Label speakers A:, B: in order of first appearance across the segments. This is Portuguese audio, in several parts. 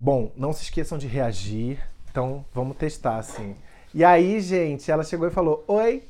A: Bom, não se esqueçam de reagir. Então, vamos testar, assim. E aí, gente, ela chegou e falou: Oi,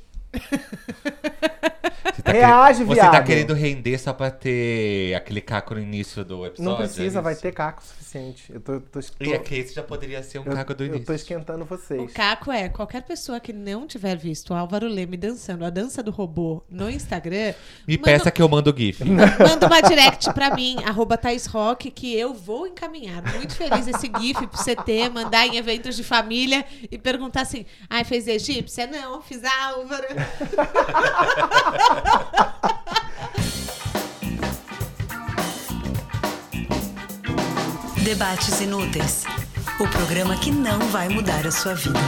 B: Você tá
A: Reage,
B: querendo- Você tá
A: viado.
B: querendo render só pra ter aquele caco no início do episódio?
A: não precisa,
B: é
A: vai
B: isso?
A: ter caco suficiente. Eu tô, tô, tô-
B: E a Kate já poderia ser um
A: eu-
B: caco do
A: eu
B: início.
A: tô esquentando vocês.
C: O Caco é, qualquer pessoa que não tiver visto o Álvaro Leme dançando a dança do robô no Instagram,
B: Me
C: manda-
B: peça que eu mando o GIF.
C: manda uma direct pra mim, arroba Thaís Rock, que eu vou encaminhar. Muito feliz esse GIF pro CT, mandar em eventos de família e perguntar assim: ai, fez egípcia? Não, fiz Álvaro.
D: Debates Inúteis. O programa que não vai mudar a sua vida.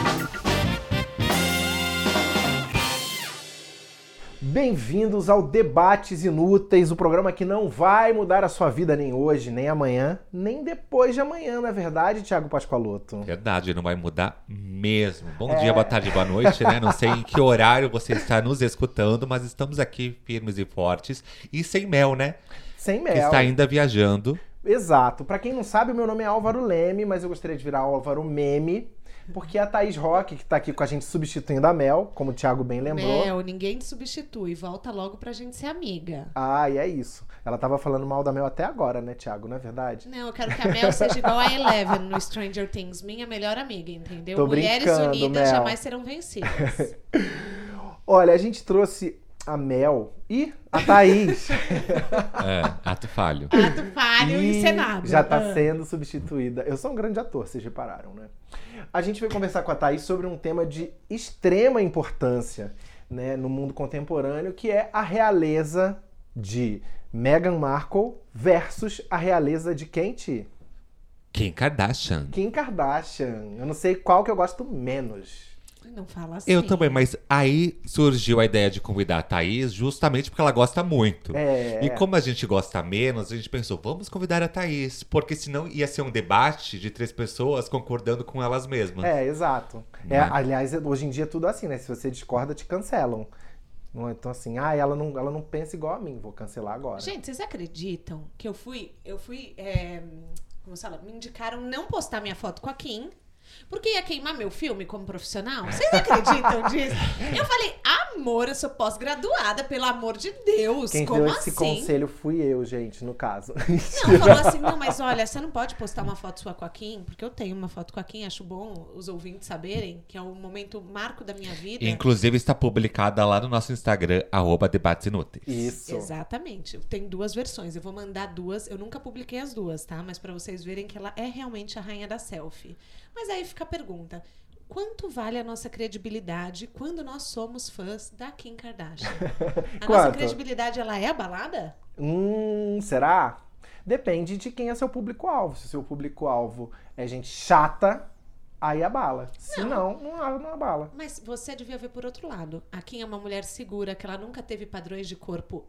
A: Bem-vindos ao Debates Inúteis, o programa que não vai mudar a sua vida nem hoje, nem amanhã, nem depois de amanhã, não é verdade, Thiago Pascoaloto?
B: É Verdade, não vai mudar mesmo.
A: É.
B: Bom dia, boa tarde, boa noite, né? Não sei em que horário você está nos escutando, mas estamos aqui firmes e fortes. E sem mel, né?
A: Sem
B: Que
A: mel.
B: está ainda viajando.
A: Exato. Pra quem não sabe, meu nome é Álvaro Leme, mas eu gostaria de virar Álvaro Meme, porque a Thaís Roque, que tá aqui com a gente substituindo a Mel, como o Thiago bem lembrou.
C: Mel, ninguém te substitui. Volta logo pra gente ser amiga.
A: Ah, e é isso. Ela tava falando mal da Mel até agora, né, Thiago? Não é verdade?
C: Não, eu quero que a Mel seja igual a Eleven no Stranger Things, minha melhor amiga, entendeu?
A: Tô
C: Mulheres
A: brincando,
C: unidas
A: Mel.
C: jamais serão vencidas.
A: Olha, a gente trouxe a Mel e a Thaís.
B: É, ato falho.
C: Ato falho e encenado.
A: Já tá
C: Ah.
A: sendo substituída. Eu sou um grande ator, vocês repararam, né? A gente veio conversar com a Thaís sobre um tema de extrema importância né, no mundo contemporâneo, que é a realeza de Meghan Markle versus a realeza de quem, Ti?
B: Kim Kardashian.
A: Kim Kardashian. Eu não sei qual que eu gosto menos.
C: Não fala assim.
B: Eu também, mas aí surgiu a ideia de convidar a Thaís justamente porque ela gosta muito.
A: É.
B: E como a gente gosta menos, a gente pensou, vamos convidar a Thaís, porque senão ia ser um debate de três pessoas concordando com elas mesmas.
A: É, exato. É,
B: Né?
A: aliás, hoje em dia é tudo assim, né? Se você discorda, te cancelam. Não é- Então, assim, ah, ela não, ela não pensa igual a mim, vou cancelar agora.
C: Gente, vocês acreditam que eu fui. Eu fui. é, como se fala? Me indicaram não postar minha foto com a Kim. Porque ia queimar meu filme como profissional? Vocês acreditam disso? Eu falei, amor, eu sou pós-graduada, pelo amor de Deus.
A: Quem
C: como
A: deu esse
C: assim?
A: conselho fui eu, gente, no caso.
C: Não, falou assim, não, mas olha, você não pode postar uma foto sua com a Kim, porque eu tenho uma foto com a Kim, acho bom os ouvintes saberem, que é um momento marco da minha vida.
B: Inclusive está publicada lá no nosso Instagram, arroba debates inúteis.
A: Isso.
C: Exatamente. Tem duas versões. Eu vou mandar duas. Eu nunca publiquei as duas, tá? Mas pra vocês verem que ela é realmente a rainha da selfie. Mas aí fica a pergunta: quanto vale a nossa credibilidade quando nós somos fãs da Kim Kardashian? A nossa
A: Quanto?
C: credibilidade ela é abalada?
A: Hum, será? Depende de quem é seu público-alvo. Se o seu público-alvo é gente chata, aí abala. Se não, não, a- não abala.
C: Mas você devia ver por outro lado. A Kim é uma mulher segura, que ela nunca teve padrões de corpo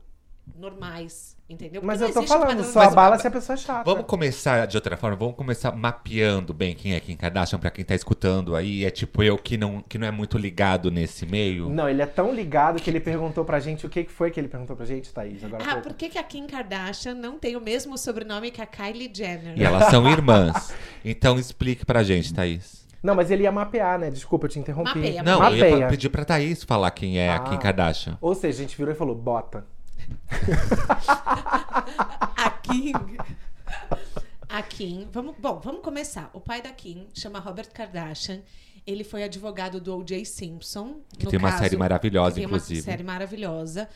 C: normais, entendeu? Porque
A: Mas
C: não
A: eu tô
C: existe um
A: falando,
C: padrão
A: só
C: de-
A: abala se a pessoa é chata.
B: Vamos começar de outra forma, vamos começar mapeando bem quem é Kim Kardashian, pra quem tá escutando aí, é tipo eu que não, que não é muito ligado nesse meio.
A: Não, ele é tão ligado que ele perguntou pra gente o que que foi que ele perguntou pra gente, Thaís, agora há
C: Ah,
A: pouco.
C: por que, que a Kim Kardashian não tem o mesmo sobrenome que a Kylie Jenner?
B: E elas são irmãs. Então explique pra gente, Thaís.
A: Não, mas ele ia mapear, né? Desculpa, eu te interrompi.
C: Mapeia,
B: Não, eu ia
A: Mapeia.
B: pa- pedir pra Thaís falar quem é a
A: Ah.
B: Kim Kardashian.
A: Ou seja, a gente virou e falou, bota.
C: A Kim. A Kim. Vamos, bom, vamos começar. O pai da Kim chama Robert Kardashian. Ele foi advogado do O.J. Simpson.
B: Que
C: no
B: tem uma
C: caso-
B: série maravilhosa,
C: que tem
B: inclusive.
C: Uma série maravilhosa.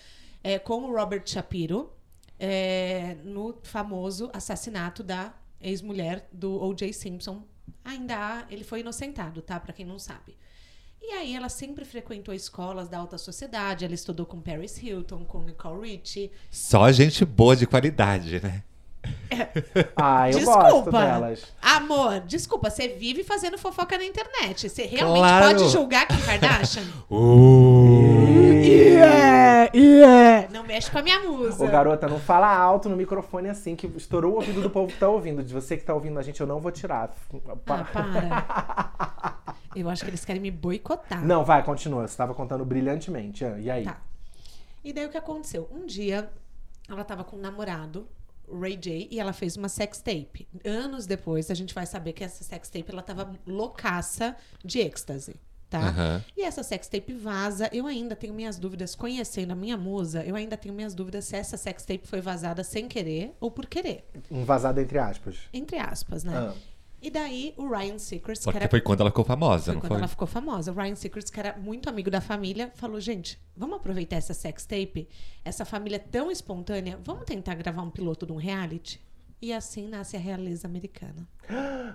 C: é, com o Robert Shapiro. é, no famoso assassinato da ex-mulher do O.J. Simpson. Ainda há, ele foi inocentado, tá? Pra quem não sabe. E aí ela sempre frequentou escolas da alta sociedade. Ela estudou com Paris Hilton, com Nicole Richie.
B: Só gente boa de qualidade, né?
A: Ah, eu
C: Desculpa.
A: gosto delas.
C: Amor, desculpa, você vive fazendo fofoca na internet. Você realmente
B: Claro.
C: pode julgar Kim Kardashian?
A: Uh.
C: Não mexe com a minha musa.
A: Ô, garota, não fala alto no microfone assim, que estourou o ouvido do povo que tá ouvindo. De você que tá ouvindo a gente, eu não vou tirar.
C: Ah,
A: Pa-
C: para. Eu acho que eles querem me boicotar.
A: Não, vai, continua. Você tava contando brilhantemente. Ah, E aí?
C: Tá. E daí o que aconteceu? Um dia, ela tava com um namorado, Ray J e ela fez uma sextape. Anos depois, a gente vai saber que essa sextape ela tava loucaça de êxtase. Tá?
B: Aham.
C: E essa sextape vaza. Eu ainda tenho minhas dúvidas, conhecendo a minha musa, eu ainda tenho minhas dúvidas se essa sextape foi vazada sem querer ou por querer.
A: Um vazado entre aspas.
C: Entre aspas, né?
A: Ah.
C: E daí o Ryan Seacrest, que
B: Porque
C: era
B: foi quando ela ficou famosa,
C: foi
B: não
C: quando
B: foi?
C: ela ficou famosa. O Ryan Seacrest, que era muito amigo da família, falou: gente, vamos aproveitar essa sextape, essa família tão espontânea, vamos tentar gravar um piloto de um reality? E assim nasce a realeza americana.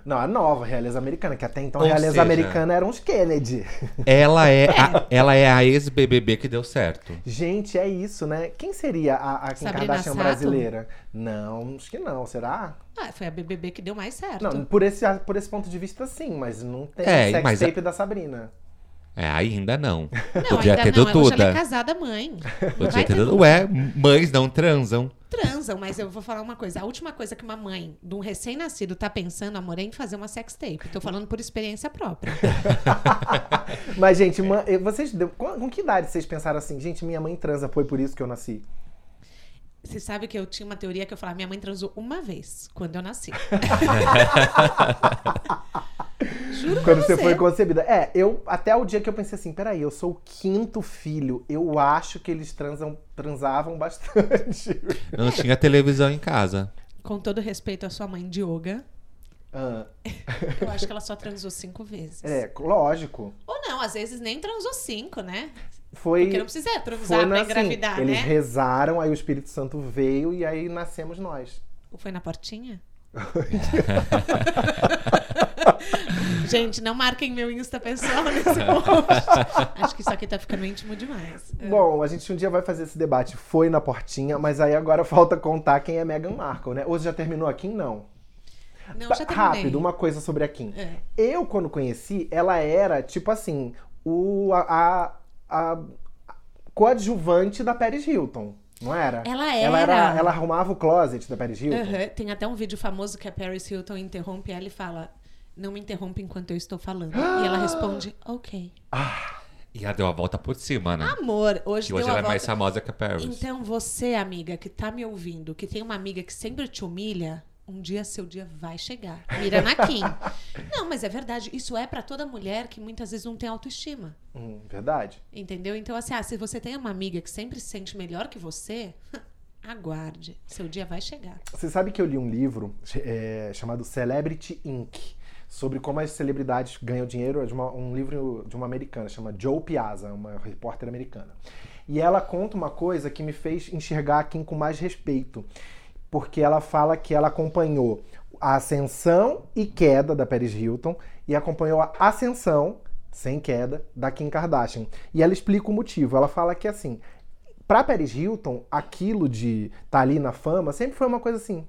A: Não, a nova realeza americana, que até então a
B: Ou
A: realeza
B: seja-
A: americana eram os Kennedy.
B: Ela é a, ela é a ex-BBB que deu certo.
A: Gente, é isso, né? Quem seria a, a Kim
C: Sabrina
A: Kardashian
C: Sato?
A: brasileira? Não, acho que não. Será?
C: Ah, foi a BBB que deu mais certo.
A: Não, por esse, por esse ponto de vista, sim, mas não tem
B: É,
A: sex
B: mas
A: tape da Sabrina.
B: É, ainda não.
C: Não,
B: Podia
C: ainda
B: ter
C: não.
B: do
C: é- Hoje ela é
B: Duda.
C: casada, mãe.
B: Podia
C: Vai
B: ter
C: ter
B: do... Ué, mães não transam.
C: transam, mas eu vou falar uma coisa. A última coisa que uma mãe de um recém-nascido tá pensando, amor, é em fazer uma sextape. Tô falando por experiência própria.
A: Mas, gente, ma- eh, vocês. deu- Com, com que idade vocês pensaram assim? Gente, minha mãe transa, foi por isso que eu nasci.
C: Você sabe que eu tinha uma teoria que eu falava, minha mãe transou uma vez quando eu nasci. Juro
A: Quando
C: pra
A: você
C: você.
A: foi concebida. É, eu. Até o dia que eu pensei assim: peraí, eu sou o quinto filho. Eu acho que eles transam, transavam bastante.
B: Não tinha televisão em casa.
C: Com todo respeito à sua mãe Dioga,
A: Ah,
C: eu acho que ela só transou cinco vezes.
A: é, lógico.
C: Ou não, às vezes nem transou cinco, né?
A: Foi.
C: Porque não precisa
A: foi
C: transar pra
A: na- assim,
C: engravidar,
A: Eles
C: né?
A: rezaram, aí o Espírito Santo veio e aí nascemos nós.
C: Ou Foi na portinha? Gente, não marquem meu Insta pessoal nesse post. Acho que isso aqui tá ficando íntimo demais.
A: Bom, a gente um dia vai fazer esse debate. Foi na portinha, mas aí agora falta contar quem é Meghan Markle, né? Hoje já terminou a Kim? Não.
C: Não, já terminei.
A: Rápido, uma coisa sobre a Kim.
C: É.
A: Eu, quando conheci, ela era, tipo assim, o, a, a- a coadjuvante da Paris Hilton, não era?
C: Ela
A: Ela,
C: era.
A: ela arrumava o closet da Paris Hilton.
C: Aham, Tem até um vídeo famoso que a Paris Hilton interrompe ela e fala: Não me interrompa enquanto eu estou falando. e ela responde: Ok.
B: E ela deu a volta por cima, né?
C: Amor, hoje
B: que
C: Ah, deu
B: hoje ela
C: a
B: é
C: volta.
B: mais famosa que a Paris.
C: Então você, amiga, que tá me ouvindo, que tem uma amiga que sempre te humilha, um dia seu dia vai chegar. Mira na Kim. não, mas é verdade. Isso é pra toda mulher que muitas vezes não tem autoestima.
A: Hum, verdade.
C: Entendeu? Então, assim, ah, se você tem uma amiga que sempre se sente melhor que você, aguarde. Seu dia vai chegar.
A: Você sabe que eu li um livro é, chamado Celebrity Inc. Sobre como as celebridades ganham dinheiro, é de uma- um livro de uma americana, chama Joe Piazza, uma repórter americana. E ela conta uma coisa que me fez enxergar a Kim com mais respeito, porque ela fala que ela acompanhou a ascensão e queda da Paris Hilton e acompanhou a ascensão, sem queda, da Kim Kardashian. E ela explica o motivo. Ela fala que assim, Pra Paris Hilton, aquilo de estar ali na fama sempre foi uma coisa assim.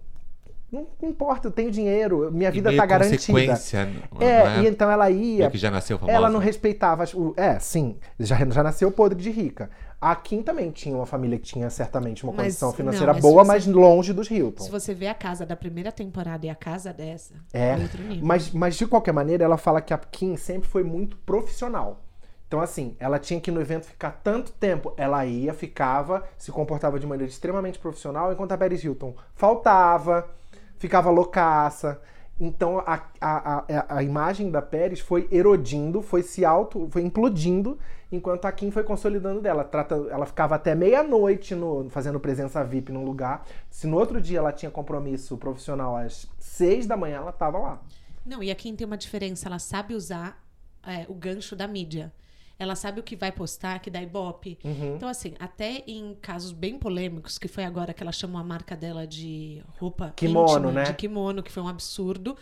A: Não importa, eu tenho dinheiro, minha vida
B: e
A: tá
B: meio
A: garantida.
B: consequência, não
A: É,
B: é?
A: e então ela
B: Meio
A: ia.
B: que já nasceu famosa.
A: Ela não respeitava. as- o- É, sim, já, já nasceu podre de rica. A Kim também tinha uma família que tinha certamente uma
C: Mas,
A: condição
C: não,
A: financeira
C: mas se
A: boa,
C: você-
A: mas longe dos Hilton.
C: Se você vê a casa da primeira temporada e a casa dessa,
A: É,
C: outro nível.
A: Mas, mas de qualquer maneira, ela fala que a Kim sempre foi muito profissional. Então, assim, ela tinha que no evento ficar tanto tempo. Ela ia, ficava, se comportava de maneira extremamente profissional, enquanto a Paris Hilton faltava, ficava loucaça. Então, a, a, a- a, a imagem da Pérez foi erodindo, foi se auto, foi implodindo, enquanto a Kim foi consolidando dela. Trata- ela ficava até meia-noite no- fazendo presença VIP num lugar. Se no outro dia ela tinha compromisso profissional às seis da manhã, ela tava lá.
C: Não, e a Kim tem uma diferença. Ela sabe usar é, o gancho da mídia. Ela sabe o que vai postar, que dá ibope.
A: Uhum.
C: Então, assim, até em casos bem polêmicos, que foi agora que ela chamou a marca dela de roupa
A: Kimono,
C: íntima,
A: né?
C: de kimono, que foi um absurdo.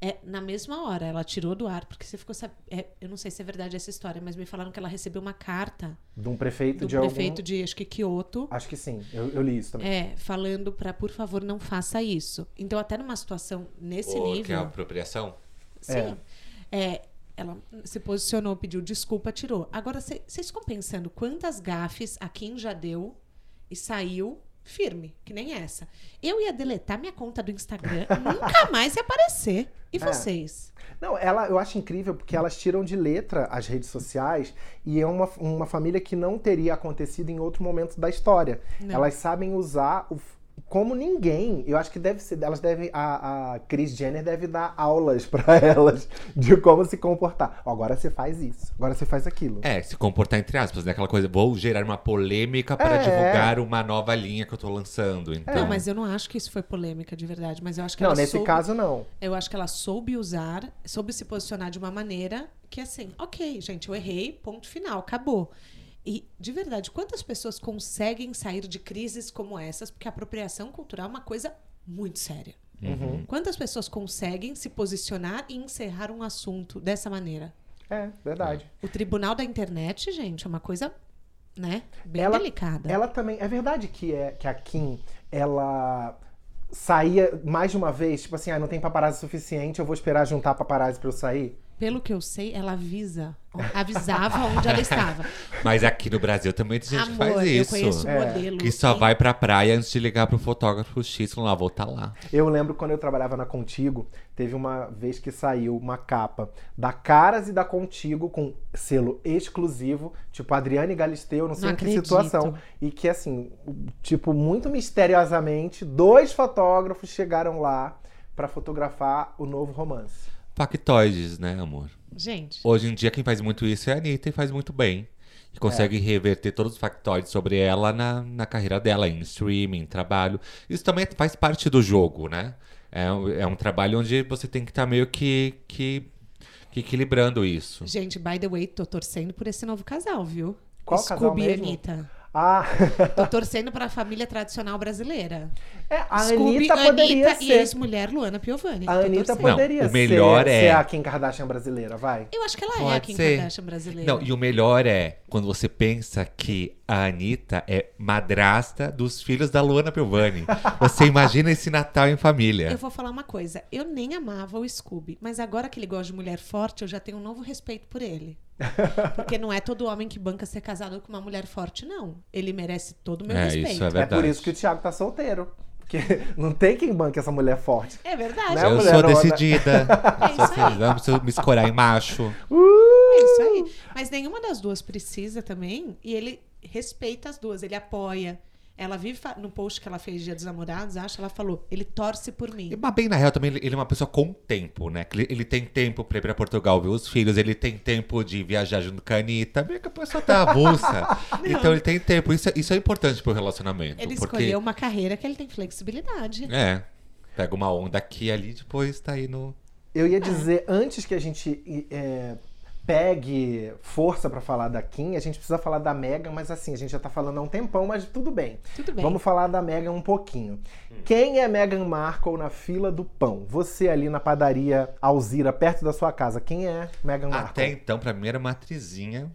C: É, na mesma hora, ela tirou do ar, porque você ficou sab... é, Eu não sei se é verdade essa história, mas me falaram que ela recebeu uma carta
A: De um prefeito
C: do
A: de
C: prefeito
A: algum...
C: de, acho que, Kyoto,
A: Acho que sim, eu, eu li isso também.
C: é, falando pra, por favor, não faça isso. Então, até numa situação nesse
B: Ou que é
C: nível...
B: apropriação?
A: É.
C: Sim. É, ela se posicionou, pediu desculpa, tirou. Agora, cê- vocês ficam pensando quantas gafes a Kim já deu e saiu firme, que nem essa. Eu ia deletar minha conta do Instagram, nunca mais ia aparecer.
A: É.
C: E vocês?
A: Não, ela, eu acho incrível porque elas tiram de letra as redes sociais e é uma, uma família que não teria acontecido em outro momento da história.
C: Não.
A: Elas sabem usar o, f- como ninguém, eu acho que deve ser, elas devem, a, a Kris Jenner deve dar aulas pra elas de como se comportar. Ó, agora você faz isso, agora você faz aquilo.
B: É, se comportar entre aspas, né? Aquela coisa, vou gerar uma polêmica para
A: É.
B: divulgar uma nova linha que eu tô lançando. Então,
C: Não, É, mas eu não acho que isso foi polêmica de verdade, mas eu acho que
A: não,
C: ela
A: nesse
C: soube-
A: caso não.
C: Eu acho que ela soube usar, soube se posicionar de uma maneira que assim, ok, gente, eu errei, ponto final, acabou. E, de verdade, quantas pessoas conseguem sair de crises como essas? Porque a apropriação cultural é uma coisa muito séria.
A: Uhum.
C: Quantas pessoas conseguem se posicionar e encerrar um assunto dessa maneira?
A: É, verdade.
C: O tribunal da internet, gente, é uma coisa, né, bem
A: Ela-
C: delicada.
A: Ela também. É verdade que, é, que a Kim, ela saía mais de uma vez, tipo assim, ah, não tem paparazzi suficiente, eu vou esperar juntar paparazzi pra eu sair.
C: Pelo que eu sei, ela avisa, avisava onde ela estava.
B: mas aqui no Brasil também tem gente que
C: Amor,
B: faz
C: eu conheço
B: isso.
C: um
A: É.
C: modelo.
B: Que só
C: em-
B: vai pra praia antes de ligar pro fotógrafo X, lá, vou tá lá.
A: Eu lembro quando eu trabalhava na Contigo, teve uma vez que saiu uma capa da Caras e da Contigo com selo exclusivo, tipo Adriane Galisteu, não sei
C: Não
A: em que
C: acredito.
A: situação. E que assim, tipo, muito misteriosamente, dois fotógrafos chegaram lá pra fotografar o novo romance.
B: Factoides, né, amor?
C: Gente,
B: Hoje em dia, quem faz muito isso é a Anitta e faz muito bem. E consegue
C: É.
B: reverter todos os factoides sobre ela na, na carreira dela, em streaming, trabalho. Isso também faz parte do jogo, né? É, um- é um trabalho onde você tem que estar meio que, que, que equilibrando isso.
C: gente, by the way, tô torcendo por esse novo casal, viu?
A: Qual
C: Scooby
A: casal
C: e
A: mesmo?
C: Anitta.
A: Ah,
C: Tô torcendo pra família tradicional brasileira.
A: é, a
C: Scooby,
A: Anitta poderia
C: Anitta e
A: ser.
C: ex-mulher Luana Piovani.
A: A
C: Tô
A: Anitta
C: torcendo.
A: poderia
B: Não, o melhor
A: ser,
B: é-
A: ser a Kim Kardashian brasileira, vai.
C: Eu acho que ela é a
B: Pode
C: Kim
B: ser.
C: Kardashian brasileira.
B: Não, e o melhor é quando você pensa que a Anitta é madrasta dos filhos da Luana Piovani. Você imagina esse Natal em família.
C: Eu vou falar uma coisa. Eu nem amava o Scooby, mas agora que ele gosta de mulher forte, eu já tenho um novo respeito por ele. Porque não é todo homem que banca ser casado com uma mulher forte, não. Ele merece todo o meu
B: É,
C: respeito.
B: isso é
A: É,
B: verdade.
A: por isso que o Thiago tá solteiro. Porque não tem quem banque essa mulher forte.
C: É verdade.
A: Né,
B: Eu
A: mulher
B: sou
A: roda.
B: decidida.
C: É
B: Eu sou
C: isso aí.
B: decidida. Não preciso me escorar em macho.
C: É isso
A: Uhum.
C: aí. Mas nenhuma das duas precisa também. E ele respeita as duas, ele apoia. Ela vive fa- no post que ela fez Dia dos Namorados, acho, ela falou: ele torce por mim.
B: E, Mas bem na real também ele ele é uma pessoa com tempo, né? Que Ele, ele tem tempo pra ir pra Portugal ver os filhos, ele tem tempo de viajar junto com a Anitta. Meio que a pessoa tá avulsa. então ele tem tempo. Isso, é- isso é importante pro relacionamento.
C: Ele
B: porque,
C: escolheu uma carreira que ele tem flexibilidade.
B: É. Pega uma onda aqui e ali, depois tá aí no.
A: Eu ia dizer, antes que a gente é, pegue força pra falar da Kim, a gente precisa falar da Megan, mas assim, a gente já tá falando há um tempão, mas tudo bem.
C: Tudo bem.
A: Vamos falar da Megan um pouquinho. Quem é Megan Markle na fila do pão? Você ali na padaria Alzira, perto da sua casa, quem é Megan Markle?
B: Até então, pra mim era uma atrizinha,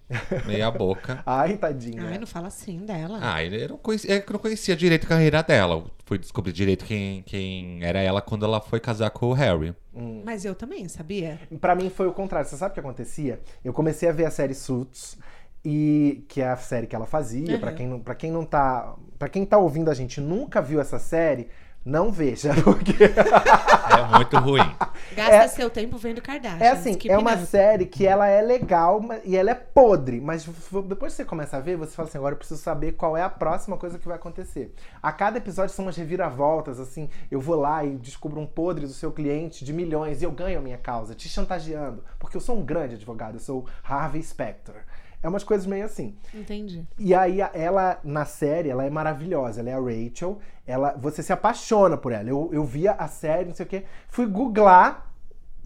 B: meia boca.
A: Ai, tadinha.
C: Ai, não fala assim dela.
B: Ah, eu não conhecia, eu não conhecia direito a carreira dela. Eu Fui descobrir direito quem, quem era ela quando ela foi casar com o Harry.
A: Ah.
C: Mas eu também, sabia?
A: Pra mim foi o contrário. Você sabe o que acontecia? Eu comecei a ver a série Suits e que é a série que ela fazia,
C: Uhum.
A: Pra quem não, para quem não tá, para quem tá ouvindo a gente e nunca viu essa série, não veja, porque
B: É muito ruim.
C: Gasta seu tempo vendo Kardashian.
A: é assim, é uma série que ela é legal ma- e ela é podre, mas v- depois que você começa a ver, você fala assim, agora eu preciso saber qual é a próxima coisa que vai acontecer. A cada episódio são umas reviravoltas, assim, eu vou lá e descubro um podre do seu cliente de milhões e eu ganho a minha causa, te chantageando, porque eu sou um grande advogado, eu sou Harvey Specter. É umas coisas meio assim.
C: Entendi.
A: E aí, a- ela, na série, ela é maravilhosa. Ela é a Rachel. Ela, você se apaixona por ela. Eu, eu via a série, não sei o quê. Fui googlar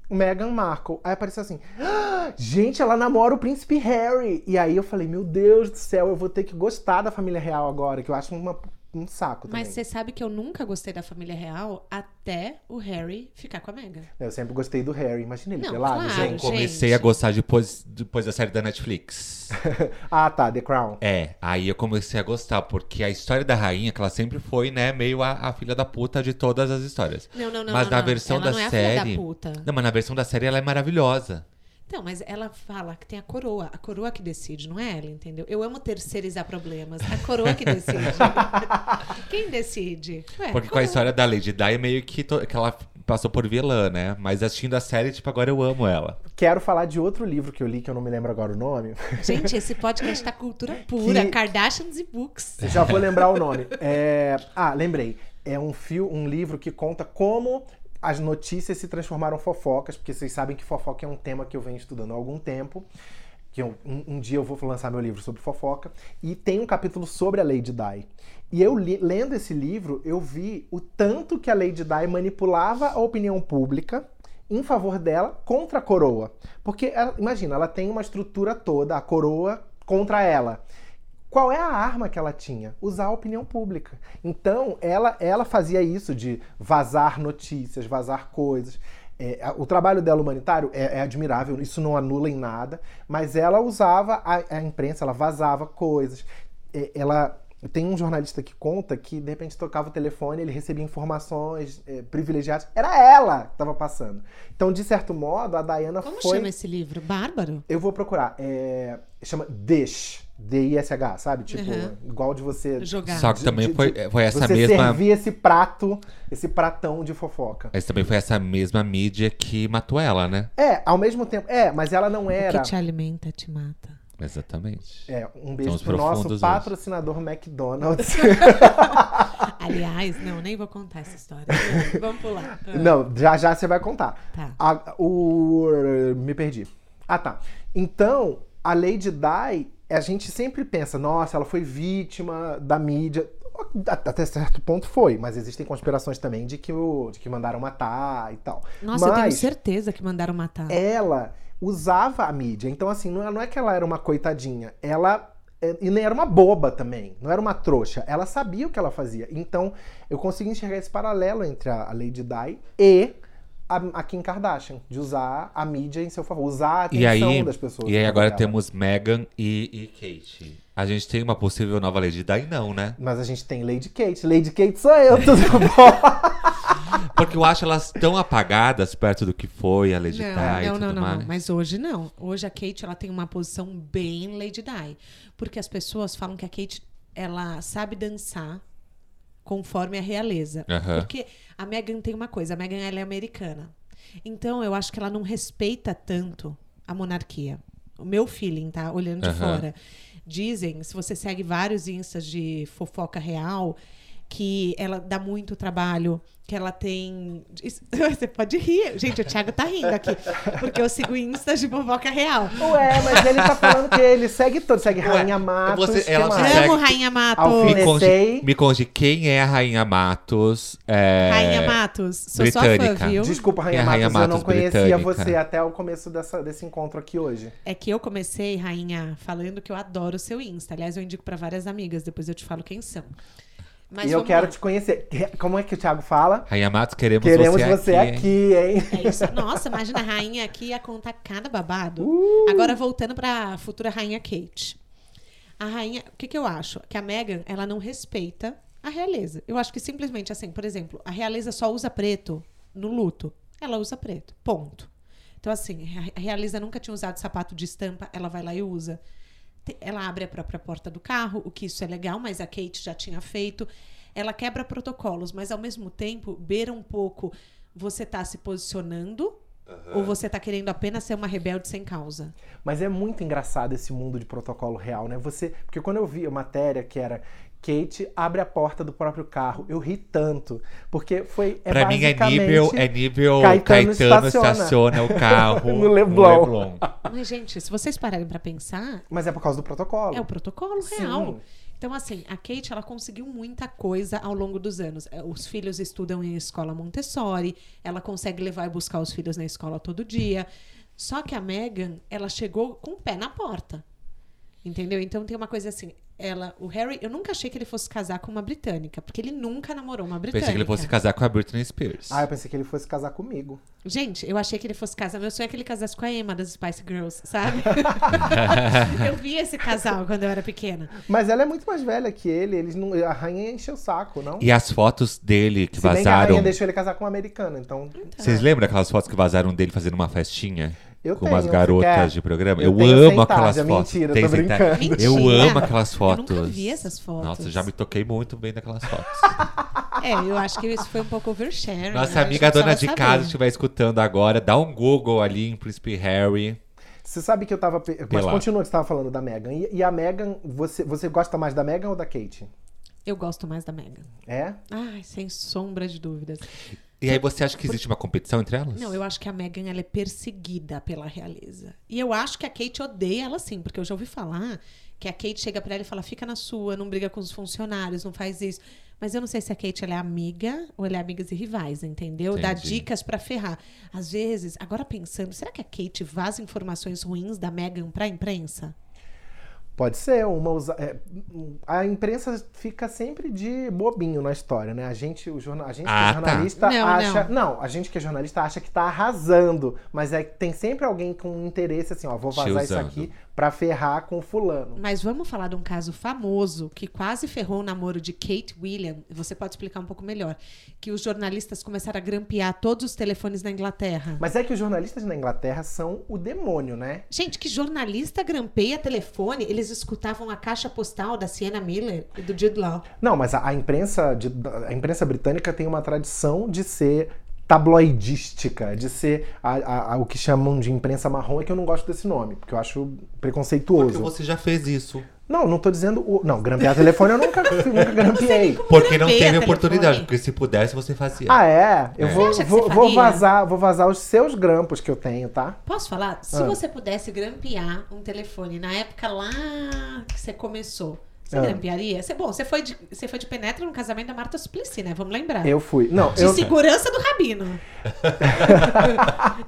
A: Meghan Markle. Aí apareceu assim: "Ah, gente, ela namora o príncipe Harry. E aí eu falei: meu Deus do céu, eu vou ter que gostar da família real agora, que eu acho uma- um saco também.
C: Mas você sabe que eu nunca gostei da família real até o Harry ficar com a Meghan.
A: Eu sempre gostei do Harry. Imagina ele
C: Não,
A: pelado,
C: claro.
A: gente.
B: Comecei
C: gente.
B: a gostar depois, depois da série da Netflix.
A: Ah, tá, The Crown.
B: É, aí eu comecei a gostar, porque a história da rainha, que ela sempre foi, né, meio a, a filha da puta de todas as histórias.
C: Não, não, não.
B: Mas
C: não,
B: na
C: não.
B: versão
C: ela
B: da
C: não é A
B: série-
C: filha da puta.
B: Não, mas na versão da série ela é maravilhosa.
C: Então, mas ela fala que tem a coroa. A coroa que decide, não é ela, entendeu? Eu amo terceirizar problemas. A coroa que decide. Quem decide? Ué,
B: Porque com a
C: coroa.
B: história da Lady Di, é meio que, to- que ela passou por vilã, né? Mas assistindo a série, tipo, agora eu amo ela.
A: Quero falar de outro livro que eu li, que eu não me lembro agora o nome.
C: Gente, esse podcast tá cultura pura.
A: Que-
C: Kardashians e books.
A: Já vou lembrar o nome. É, Ah, lembrei. é um fio, um livro que conta como as notícias se transformaram em fofocas, porque vocês sabem que fofoca é um tema que eu venho estudando há algum tempo. Que eu- um, um dia eu vou lançar meu livro sobre fofoca. E tem um capítulo sobre a Lady Di. E eu, li- lendo esse livro, eu vi o tanto que a Lady Di manipulava a opinião pública em favor dela contra a coroa. Porque, ela- imagina, ela tem uma estrutura toda, a coroa contra ela. Qual é a arma que ela tinha? Usar a opinião pública. Então, ela, ela fazia isso de vazar notícias, vazar coisas. É, a- o trabalho dela humanitário é, é admirável, isso não anula em nada, mas ela usava a, a imprensa, ela vazava coisas. É, ela tem um jornalista que conta que de repente tocava o telefone, ele recebia informações é, privilegiadas. Era ela que estava passando. Então, de certo modo, a Diana
C: Como
A: foi.
C: chama esse livro? Bárbaro?
A: Eu vou procurar. É, chama Dish. D-I-S-H, sabe? Tipo,
C: Uhum.
A: igual de você.
C: Jogar.
B: Só que
A: De-
B: também
A: de-
B: foi,
A: de-
B: foi essa
A: você
B: mesma.
A: servir esse prato, esse pratão de fofoca.
B: Mas também foi essa mesma mídia que matou ela, né?
A: É, ao mesmo tempo. É, mas ela não
C: O
A: era.
C: que te alimenta te mata.
B: Exatamente.
A: É, um beijo
B: Somos
A: pro
B: profundos
A: nosso
B: hoje.
A: patrocinador McDonald's.
C: Aliás, não, nem vou contar essa história. Vamos pular. Ah,
A: não, já já você vai contar.
C: Tá.
A: A- o... Me perdi. Ah, tá. Então, a Lady Di, a gente sempre pensa, nossa, ela foi vítima da mídia. A- Até certo ponto foi, mas existem conspirações também de que, o, de que mandaram matar e tal.
C: Nossa, eu tenho
A: mas
C: certeza que mandaram matar.
A: ela usava a mídia. Então, assim, não é, não é que ela era uma coitadinha. Ela. é, E nem era uma boba também, não era uma trouxa. Ela sabia o que ela fazia. Então, eu consigo enxergar esse paralelo entre a a Lady Di e a, a Kim Kardashian, de usar a mídia em seu favor, usar a
B: E
A: atenção
B: aí,
A: das pessoas.
B: e aí
A: em
B: agora
A: favor dela.
B: temos Meghan e, e Kate. A gente tem uma possível nova Lady Di, não, né?
A: Mas a gente tem Lady Kate. Lady Kate sou eu, tudo bom?
B: Porque eu acho elas tão apagadas perto do que foi a Lady Di e
C: Não,
B: tudo
C: não, não,
B: mais.
C: não. Mas hoje não. Hoje a Kate ela tem uma posição bem Lady Di. Porque as pessoas falam que a Kate ela sabe dançar conforme a realeza.
B: Aham.
C: Porque a Meghan tem uma coisa, a Meghan ela é americana. Então eu acho que ela não respeita tanto a monarquia. O meu feeling, tá? Olhando de
B: Aham.
C: fora. Dizem, se você segue vários instas de fofoca real, que ela dá muito trabalho, que ela tem. Isso- Você pode rir. Gente, o Thiago tá rindo aqui. Porque eu sigo instas de fofoca real.
A: Ué, mas ele tá falando que ele segue todo, segue Rainha Matos.
B: você-
A: que
B: ela
A: mais?
B: segue-
C: Amo Rainha Matos.
A: Alfine-
B: me, conte,
A: Comecei.
B: me conte quem é a Rainha Matos. É,
C: Rainha Matos. Sou sua
B: britânica.
C: fã, viu?
A: Desculpa, Rainha,
B: É a Rainha
A: Matos, eu
B: Matos
A: não conhecia
B: britânica.
A: você até o começo dessa- desse encontro aqui hoje.
C: É que eu comecei, rainha, falando que eu adoro o seu Insta. Aliás, eu indico pra várias amigas, depois eu te falo quem são.
A: e
C: Mas
A: eu
C: vamos
A: quero
C: lá.
A: te conhecer. Como é que o Thiago fala?
B: Rainha Matos, queremos,
A: Queremos
B: você,
A: você
B: aqui. hein?
A: aqui, hein?
C: É isso. Nossa, imagina a rainha aqui ia contar cada babado. Agora voltando pra futura rainha Kate. A rainha, o que, que eu acho? Que a Meghan, ela não respeita a realeza. Eu acho que simplesmente assim, por exemplo, a realeza só usa preto no luto. Ela usa preto. Ponto. Então, assim, a realeza nunca tinha usado sapato de estampa, ela vai lá e usa. Te- Ela abre a própria porta do carro, o que isso é legal, mas a Kate já tinha feito. Ela quebra protocolos, mas ao mesmo tempo beira um pouco você tá se posicionando ou você tá querendo apenas ser uma rebelde sem causa.
A: Mas é muito engraçado esse mundo de protocolo real, né? Você, porque quando eu vi a matéria que era Kate abre a porta do próprio carro, eu ri tanto, porque foi é
B: pra mim é
A: basicamente-
B: nível, é nível Caetano,
A: Caetano
B: estaciona.
A: estaciona.
B: o carro
A: No Leblon.
C: Mas, gente, se vocês pararem pra pensar,
A: Mas é por causa do protocolo.
C: é o protocolo
A: Sim.
C: real. Então, assim, a Kate, ela conseguiu muita coisa ao longo dos anos. Eh, Os filhos estudam em escola Montessori, ela consegue levar e buscar os filhos na escola todo dia. Só que a Meghan, ela chegou com o pé na porta. Entendeu? Então tem uma coisa assim, ela, o Harry, eu nunca achei que ele fosse casar com uma britânica, porque ele nunca namorou uma britânica.
B: Pensei que ele fosse casar com a Britney Spears.
A: Ah, eu pensei que ele fosse casar comigo.
C: Gente, eu achei que ele fosse casar. Meu sonho é que ele casasse com a Emma das Spice Girls, sabe? eu vi esse casal quando eu era pequena.
A: Mas ela é muito mais velha que ele, eles não, a rainha encheu o saco, não?
B: E as fotos dele que
A: Se bem que a rainha
B: vazaram.
A: deixou ele casar com uma americana, então
B: Vocês lembram aquelas fotos que vazaram dele fazendo uma festinha?
A: Eu
B: com
A: tenho,
B: umas
A: você
B: garotas
A: quer?
B: de programa. Eu,
A: Eu tenho
B: amo
A: sem
B: aquelas
A: tarja,
B: fotos.
A: mentira,
B: Tem
A: tô
B: sem tarja.
C: brincando.
B: Eu
C: Mentira.
B: amo aquelas
C: Eu
B: fotos.
C: nunca vi essas fotos.
B: Nossa, já me toquei muito bem daquelas fotos.
C: É, eu acho que isso foi um pouco oversharing.
B: Nossa
C: né?
B: amiga
C: A gente
B: dona de
C: precisava
B: casa tipo,
C: saber.
B: estiver escutando agora, dá um Google ali em Príncipe Harry.
A: Você sabe que eu tava. pe- Mas
B: lá.
A: continua que você tava falando da Megan. E, e a Megan, você, você gosta mais da Megan ou da Kate?
C: Eu gosto mais da Megan.
A: É?
C: Ai, sem sombra de dúvidas.
B: E aí você acha que existe uma competição entre elas?
C: Não, eu acho que a Megan ela é perseguida pela realeza. E eu acho que a Kate odeia ela sim, porque eu já ouvi falar que a Kate chega pra ela e fala: "Fica na sua, não briga com os funcionários, não faz isso". Mas eu não sei se a Kate ela é amiga ou ela é amigas e rivais, entendeu? Dá
B: Entendi.
C: dicas pra ferrar. Às vezes, agora pensando, será que a Kate vaza informações ruins da Megan pra imprensa?
A: Pode ser, uma usa... é, um, a imprensa fica sempre de bobinho na história, né? A gente, o jorna... a gente
B: Ah,
A: que é
B: tá.
A: jornalista
C: Não,
A: acha. Não. a gente que é jornalista acha que tá arrasando, mas é que tem sempre alguém com interesse assim, ó, vou
B: Te
A: vazar isso
B: usando.
A: aqui pra ferrar com fulano.
C: Mas vamos falar de um caso famoso que quase ferrou o namoro de Kate William. Você pode explicar um pouco melhor. Que os jornalistas começaram a grampear todos os telefones na Inglaterra.
A: Mas é que os jornalistas na Inglaterra são o demônio, né?
C: Gente, que jornalista grampeia telefone? Eles escutavam a caixa postal da Sienna Miller e do Jude Law.
A: Não, mas a, a imprensa de- a imprensa britânica tem uma tradição de ser tabloidística, de ser a- a- a- o que chamam de imprensa marrom, é que eu não gosto desse nome, porque eu acho preconceituoso.
B: Porque você já fez isso.
A: Não, não tô dizendo. O... Não, grampear telefone eu nunca, nunca grampeei.
B: Porque não
C: grampeia
B: teve
C: telefone.
B: oportunidade. Porque se pudesse, você fazia.
A: Ah, é? Eu
B: É.
A: vou,
C: Você acha que
A: vou,
C: você
A: vou
C: faria?
A: vazar, vou vazar os seus grampos que eu tenho, tá?
C: Posso falar? Se
A: Ah.
C: você pudesse grampear um telefone na época lá que você começou, você
A: Ah.
C: grampearia? Você, bom, você foi, de, você foi de penetra no casamento da Marta Suplicy, né? Vamos lembrar.
A: Eu fui. Não,
C: De
A: eu.
C: segurança do Rabino.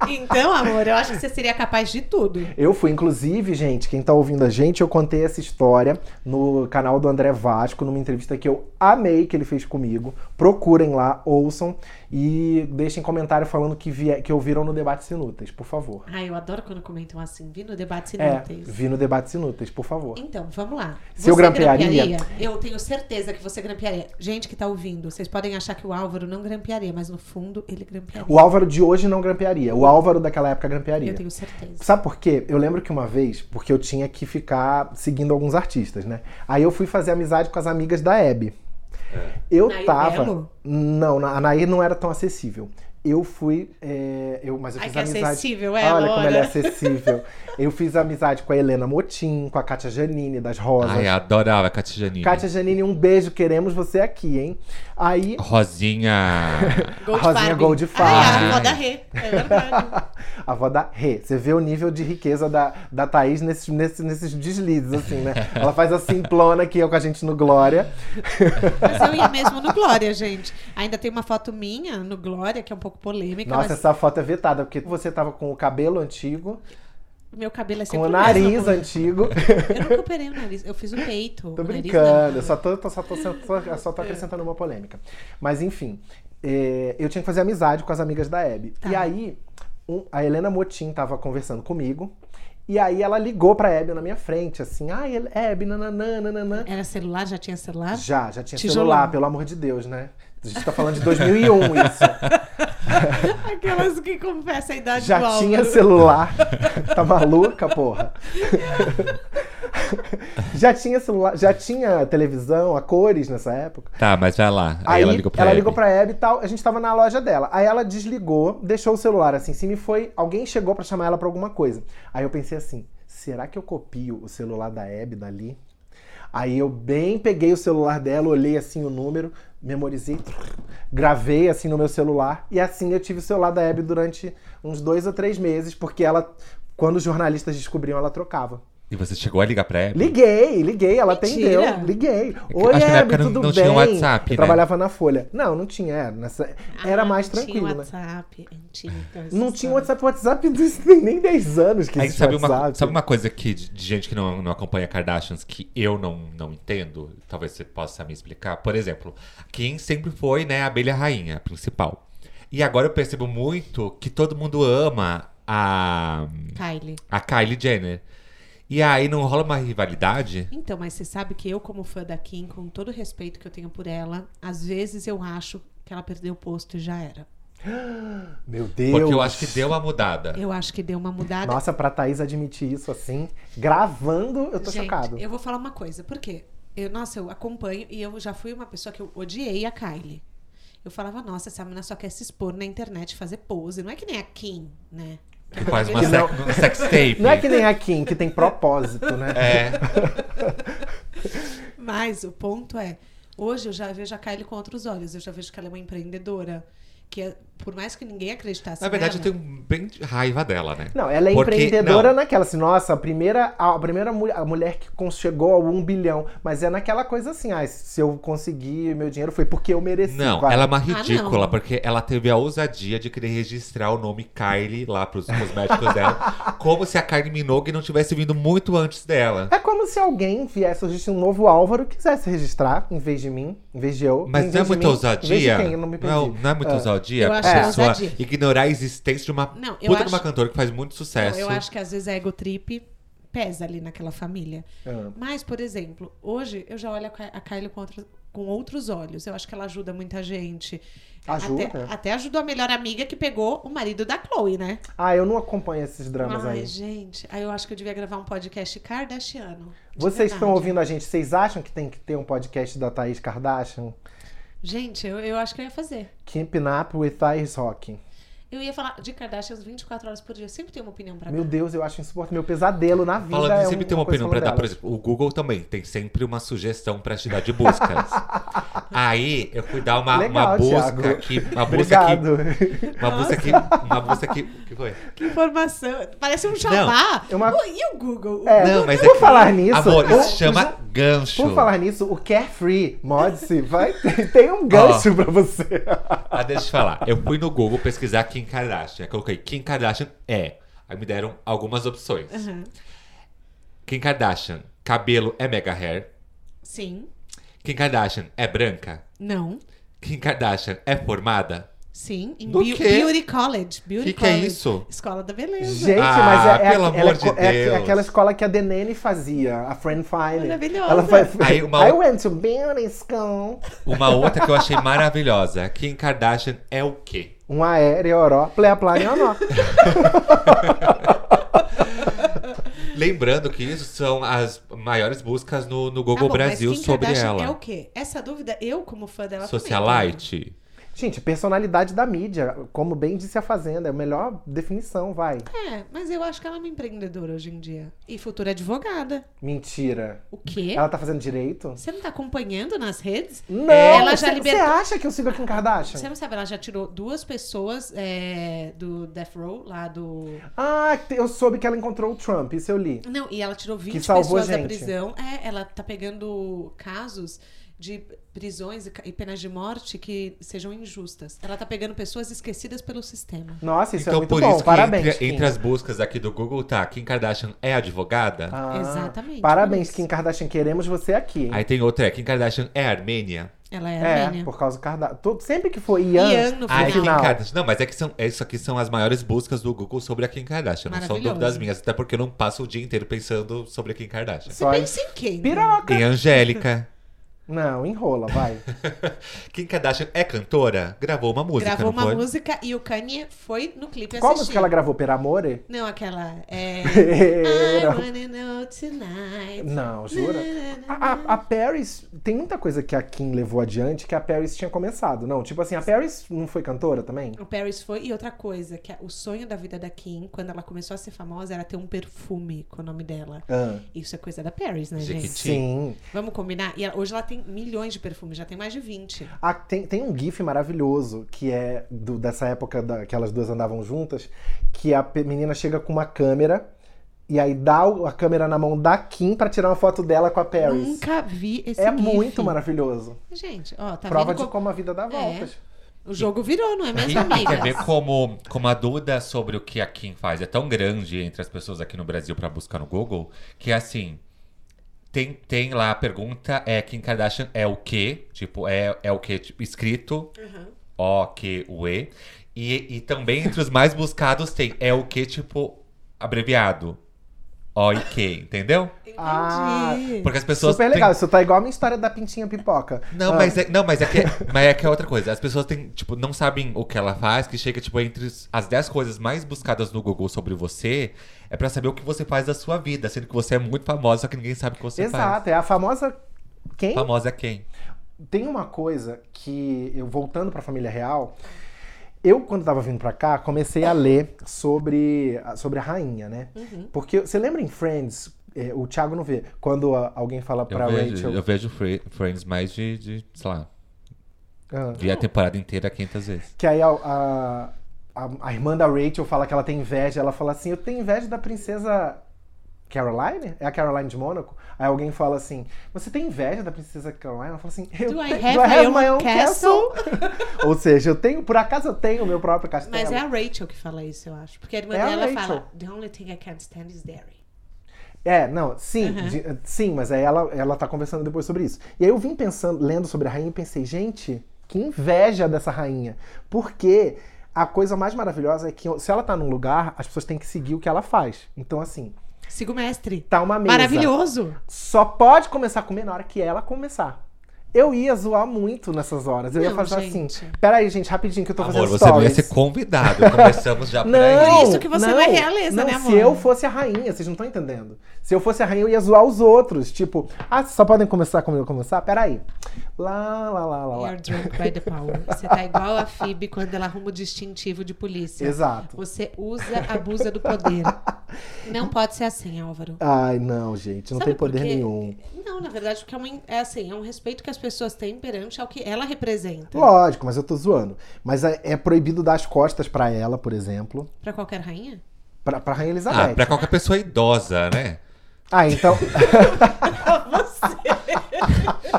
C: então, amor, eu acho que você seria capaz de tudo.
A: Eu fui, inclusive, gente, quem tá ouvindo a gente, eu contei essa história no canal do André Vasco, numa entrevista que eu amei que ele fez comigo. Procurem lá, ouçam e deixem comentário falando que, vie... que ouviram no Debates Inúteis, por favor.
C: Ai, eu adoro quando comentam assim, vi no debate
A: É,
C: inúteis.
A: vi no Debates Inúteis, por favor.
C: Então, vamos lá.
A: Se eu grampearia?
C: Eu tenho certeza que você grampearia. Gente que tá ouvindo, vocês podem achar que o Álvaro não grampearia, mas no fundo ele grampearia.
A: O Álvaro de hoje não grampearia, o Álvaro daquela época grampearia.
C: Eu tenho certeza.
A: Sabe por quê? Eu lembro que uma vez, porque eu tinha que ficar seguindo alguns artistas, né? Aí eu fui fazer amizade com as amigas da Hebe. Eu
C: Nair
A: tava.
C: Belo?
A: Não, na- a Nair não era tão acessível. Eu fui. é, eu, mas eu
C: Ai,
A: fiz
C: que
A: amizade.
C: acessível ela,
A: Olha como ela é
C: olha.
A: acessível. eu fiz amizade com a Helena Motim, com a Kátia Janine das Rosas.
B: Ai, eu adorava a Katia Janine.
A: Kátia Janine, um beijo, queremos você aqui, hein? Aí.
B: Rosinha.
C: Gold
A: Rosinha
C: Farm.
A: Gold
C: Ai,
A: Farm.
C: a roda ré. É verdade.
A: A avó da Rê. Você vê o nível de riqueza da, da Thaís nesses, nesses, nesses deslizes, assim, né? Ela faz a simplona que é com a gente no Glória.
C: Mas eu ia mesmo no Glória, gente. Ainda tem uma foto minha no Glória, que é um pouco polêmica,
A: Nossa,
C: mas
A: essa foto é vetada, porque você tava com o cabelo antigo,
C: meu cabelo é sempre
A: com o
C: mesmo,
A: nariz
C: amor.
A: antigo.
C: Eu nunca operei o nariz, eu fiz o peito.
A: Tô
C: o nariz
A: brincando,
C: não.
A: eu só tô, tô- só, tô, só, tô- só tô acrescentando uma polêmica. Mas enfim, é, eu tinha que fazer amizade com as amigas da Hebe.
C: Tá.
A: E aí, um- a Helena Motim tava conversando comigo. E aí ela ligou pra Hebe na minha frente, assim, ai, Hel- Hebe, nananã, nananã.
C: Era celular? Já tinha celular?
A: Já, já tinha
C: Tijolão.
A: celular, pelo amor de Deus, né? A gente tá falando de 2001 isso.
C: Aquelas que confessam a idade do
A: Já
C: Álvaro.
A: tinha celular. Tá maluca, porra? já tinha celular, já tinha televisão a cores nessa época.
B: Tá, mas vai lá. Aí, ela ligou pra Hebe.
A: Hebe e tal, a gente tava na loja dela. Aí ela desligou, deixou o celular assim, se me foi, alguém chegou pra chamar ela pra alguma coisa. Aí eu pensei assim, será que eu copio o celular da Hebe dali? Aí eu bem peguei o celular dela, olhei assim o número, memorizei, gravei assim no meu celular. E assim eu tive o celular da Hebe durante uns dois ou três meses, porque ela, quando os jornalistas descobriam, ela trocava.
B: E você chegou a ligar pra Hebe?
A: Liguei, liguei, ela
C: Mentira.
A: atendeu. Liguei. Oi,
B: acho É que na
A: Hebe,
B: época não-
A: tudo
B: não
A: bem?
B: tinha WhatsApp,
A: eu
B: né?
A: trabalhava na Folha. Não, não tinha. Era, nessa- era
C: Ah,
A: mais
C: não tinha
A: tranquilo, né?
C: WhatsApp, antigo.
A: Não tinha WhatsApp. WhatsApp não tem nem 10 anos que
B: Aí
A: existe
B: sabe
A: WhatsApp.
B: uma, sabe uma coisa que, de de gente que não, não acompanha Kardashians que eu não, não entendo? Talvez você possa me explicar. Por exemplo, quem sempre foi né, a abelha rainha a principal. E agora eu percebo muito que todo mundo ama a,
C: Kylie.
B: a Kylie Jenner. E aí não rola uma rivalidade?
C: Então, mas você sabe que eu, como fã da Kim, com todo o respeito que eu tenho por ela, às vezes eu acho que ela perdeu o posto e já era.
A: Meu Deus.
B: um Porque eu acho que deu uma mudada.
C: Eu acho que deu uma mudada.
A: Nossa, pra Thaís admitir isso assim, gravando, eu tô
C: Gente,
A: chocado.
C: Eu vou falar uma coisa, por quê? Eu, nossa, eu acompanho e eu já fui uma pessoa que eu odiei a Kylie. Eu falava, nossa, essa menina só quer se expor na internet, fazer pose. Não é que nem a Kim, né?
B: Que Faz uma
A: Que
B: sex,
A: não-
B: um sex tape.
A: Não é que nem a Kim, que tem propósito, né?
B: É.
C: Mas o ponto é, Hoje eu já vejo a Kylie com outros olhos. Eu já vejo que ela é uma empreendedora. Que é- por mais que ninguém acreditasse
B: Na verdade, eu
C: nela,
B: tenho bem de raiva dela, né?
A: Não, ela é
B: Porque-
A: empreendedora
B: não.
A: naquela, assim, nossa, a primeira, a primeira mulher, a mulher que cons- chegou ao 1 bilhão, mas é naquela coisa assim, ah, se eu conseguir meu dinheiro foi porque eu mereci.
B: Não,
A: vai.
B: ela é uma
C: Ah, não.
B: ridícula, porque ela teve a ousadia de querer registrar o nome Kylie lá pros cosméticos dela, como se a Kylie Minogue não tivesse vindo muito antes dela.
A: É como se alguém viesse surgisse um novo Álvaro e quisesse registrar em vez de mim, em vez de eu. em
B: Mas
A: vez
B: não é
A: de
B: muita
A: mim, Em vez de
B: ousadia.
A: quem? Eu não me perdi.
B: Não, não é muita
A: Ah.
B: ousadia
C: Eu acho
B: a
A: que é
B: pessoa
C: ousadia.
B: ignorar a existência de uma
C: Não, eu
B: puta de
C: acho-
B: uma cantora que faz muito
C: Não,
B: sucesso.
C: eu acho que às vezes a ego trip pesa ali naquela família.
A: Ah.
C: Mas, por exemplo, hoje eu já olho a Ky- a Kylie com, outros- com outros olhos. Eu acho que ela ajuda muita gente.
A: Ajuda?
C: Até, até ajudou a melhor amiga que pegou o marido da Chloe, né?
A: Ah, eu não acompanho esses dramas
C: Ai,
A: aí.
C: gente. Aí eu acho que eu devia gravar um podcast kardashiano. de
A: Vocês estão
C: é verdade.
A: ouvindo a gente, vocês acham que tem que ter um podcast da Thaís Kardashian?
C: Gente, eu, eu acho que eu ia fazer.
A: Keeping Up with Thaís Rock.
C: Eu ia falar de Kardashians 24 horas por dia. Sempre tem uma opinião pra
A: Meu
C: cá.
A: Deus, eu acho insuportável. Meu pesadelo na vida
B: Falando
A: é
B: em sempre tem uma
A: coisa
B: opinião pra dar,
A: falando
B: por
A: dela.
B: exemplo, o Google também tem sempre uma sugestão pra te dar de buscas. Aí eu fui dar "Ah, uma,
A: Legal,
B: uma busca
A: Thiago.
B: aqui, uma busca aqui,
A: Obrigado.
B: uma busca aqui, uma busca aqui, o que foi?
C: Que informação. Parece um jabá.
A: é uma-
C: Ô, E o Google?
A: É,
B: Não, mas
A: por
B: é-
A: falar nisso,
B: Amor,
A: eu-
B: isso chama gancho.
A: Por falar nisso, o Carefree Modse vai tem um gancho pra você.
B: Ah, deixa eu te falar. Eu fui no Google pesquisar Kim Kardashian. Coloquei Kim Kardashian é. Aí me deram algumas opções.
C: Aham.
B: Kim Kardashian, cabelo é mega hair.
C: Sim.
B: Kim Kardashian é branca.
C: Não.
B: Kim Kardashian é formada.
C: Sim, em
B: Do
C: Beau-
B: quê?
C: Beauty College. Beauty
B: Que que é
C: College.
B: isso?
C: Escola da Beleza.
A: Gente,
B: Ah,
A: mas é, é,
B: pelo
A: ela
B: amor
A: é
B: de
A: co- é
B: Deus.
A: aquela escola que a Denene fazia, a Friend Fine.
C: Maravilhosa.
A: Ela foi,
B: Aí uma-
A: I went to beauty school.
B: Uma outra que eu achei maravilhosa. Kim Kardashian é o quê?
A: Um aéreo, oró, plea, plea, nó.
B: Lembrando que isso são as maiores buscas no, no
C: Tá
B: Google
C: bom,
B: Brasil
C: mas Kim
B: sobre
C: Kardashian
B: ela.
C: É o quê? Essa dúvida, eu, como fã dela, também é né?
B: Socialite.
A: Gente, personalidade da mídia, como bem disse a Fazenda, é a melhor definição, vai.
C: tenho. É, mas eu acho que ela é uma empreendedora hoje em dia. E futura advogada.
A: Mentira.
C: O quê?
A: Ela tá fazendo direito?
C: Você não tá acompanhando nas redes?
A: Não!
C: Ela já
A: você,
C: libertou-
A: você acha que eu sigo a Kim Kardashian?
C: Você não sabe, ela já tirou duas pessoas é, do Death Row, lá do...
A: Ah, eu soube que ela encontrou o Trump, isso eu li.
C: Não, e ela tirou 20
A: salvou
C: pessoas da
A: gente.
C: prisão. É, ela tá pegando casos de prisões e ca- e penas de morte que sejam injustas. Ela tá pegando pessoas esquecidas pelo sistema.
A: Nossa, isso é
B: Então,
A: muito
B: por
A: bom.
B: isso que
A: Parabéns.
B: entre,
A: Kim.
B: entre as buscas aqui do Google tá Kim Kardashian é advogada.
A: Ah,
C: Exatamente, por
A: Parabéns,
C: isso.
A: Kim Kardashian. Queremos você aqui. hein?
B: Aí tem outra, é Kim Kardashian é armênia.
C: Ela é,
A: É,
C: armênia.
A: por causa do Kardashian. Todo- Sempre que for Ian,
C: Ian no
B: Ah, é Kim
A: final.
B: Kardashian. Não, mas é que são, é, isso aqui são as maiores buscas do Google sobre a Kim Kardashian. Não são
C: Maravilhoso.
B: dúvidas minhas, até porque eu não passo o dia inteiro pensando sobre a Kim Kardashian.
C: Você
A: só-
C: pensa em quem?
A: piroca.
B: Tem a Angélica.
A: Não, enrola, vai.
B: Kim Kardashian é cantora? Gravou uma música,
C: Gravou
B: não
C: uma
B: foi?
C: música e o Kanye foi no clipe
A: Qual
C: assistir.
A: música ela gravou? Per Amore?
C: Não, aquela. É... I
A: Era-
C: wanna know tonight.
A: Não, jura? A, a- a Paris, tem muita coisa que a Kim levou adiante que a Paris tinha começado. Não, tipo assim, a Paris não foi cantora também?
C: O Paris foi. E outra coisa, que o sonho da vida da Kim, quando ela começou a ser famosa, era ter um perfume com o nome dela.
A: Ah,
C: Isso é coisa da Paris, né,
B: Jequiti.
C: gente?
A: sim.
C: Vamos combinar? E ela- hoje ela tem milhões de perfumes, já tem mais de 20.
A: Ah, tem, tem um gif maravilhoso que é do- dessa época da, que elas duas andavam juntas, que a pe- menina chega com uma câmera e aí dá o- a câmera na mão da Kim pra tirar uma foto dela com a Paris.
C: Nunca vi esse
A: é
C: gif.
A: muito maravilhoso.
C: Gente, ó, tá
A: Prova
C: vendo
A: de
C: como-
A: como a vida dá voltas.
C: O jogo virou, não é
B: E
C: mesmo,
B: e
C: amiga?
B: quer ver como, como a dúvida sobre o que a Kim faz é tão grande entre as pessoas aqui no Brasil pra buscar no Google, que é assim, tem, tem lá a pergunta, é Kim Kardashian é o quê? Tipo, é, é o quê? Tipo, escrito, O, Q, U, E. E, e também entre os mais buscados tem é o quê, tipo, abreviado. O e Q, entendeu?
A: Ah,
C: Entendi.
B: Porque as pessoas
A: Super
B: têm-
A: legal, isso tá igual a minha história da pintinha pipoca.
B: Não,
A: Ah,
B: mas é, não, mas é que mas é que é outra coisa. As pessoas têm, tipo, não sabem o que ela faz, que chega tipo entre os- as 10 coisas mais buscadas no Google sobre você, é pra saber o que você faz da sua vida, sendo que você é muito famosa, só que ninguém sabe o que você faz.
A: Exato, é a famosa. Quem?
B: Famosa é quem?
A: Tem uma coisa que, eu voltando pra família real, eu, quando tava vindo pra cá, comecei a ler sobre, sobre a rainha, né? Porque você lembra em Friends é, o Thiago não vê. Quando a- alguém fala
B: Eu
A: pra
B: vejo,
A: Rachel.
B: eu vejo Fre- Friends mais de, de, sei lá,
A: Ah.
B: vi a temporada inteira 500 vezes.
A: Que aí a, a, a- a irmã da Rachel fala que ela tem inveja. Ela fala assim: Eu tenho inveja da princesa Caroline? É a Caroline de Mônaco? Aí alguém fala assim: Você tem inveja da princesa Caroline? Ela fala assim: Eu
C: Do I
A: tenho,
C: have my own
A: Ou seja, eu tenho, por acaso eu tenho o meu próprio castelo.
C: Mas é a Rachel que fala isso, eu acho. Porque a irmã
A: É a
C: dela
A: Rachel.
C: fala: The only thing I can't stand is dairy.
A: É, não, sim, de- sim, mas aí ela, ela tá conversando depois sobre isso. E aí eu vim pensando, lendo sobre a rainha e pensei, gente, que inveja dessa rainha. Porque a coisa mais maravilhosa é que se ela tá num lugar, as pessoas têm que seguir o que ela faz. Então, assim,
C: Siga o mestre.
A: tá uma mesa.
C: Maravilhoso.
A: Só pode começar a comer na hora que ela começar. Eu ia zoar muito nessas horas. Eu ia
C: Não,
A: falar
C: gente.
A: assim: peraí, gente, rapidinho que eu tô
B: Amor,
A: fazendo
B: você não ia
A: stories.
B: ser convidado. Começamos já por
A: Não,
B: aí.
C: Por é isso que você não é realeza,
A: não,
C: né, amor?
A: Se eu fosse a rainha, vocês não estão entendendo. Se eu fosse a rainha, eu ia zoar os outros. Tipo, ah, vocês só podem começar como eu começar? Peraí. Lá, lá, lá, lá, lá.
C: You're drunk by the power. Você tá igual a Phoebe quando ela arruma o distintivo de polícia.
A: Exato.
C: Você usa, abusa do poder. Não pode ser assim, Álvaro.
A: Ai, não, gente, não
C: Sabe
A: tem
C: por
A: poder
C: quê?
A: nenhum.
C: Não, na verdade, porque é, uma in- é assim, é um respeito que as pessoas têm perante ao que ela representa.
A: Lógico, mas eu tô zoando. Mas é, é proibido dar as costas pra ela, por exemplo.
C: Pra qualquer rainha?
A: Pra, pra Rainha Elizabeth.
B: Ah, pra qualquer pessoa idosa, né?
A: ah então.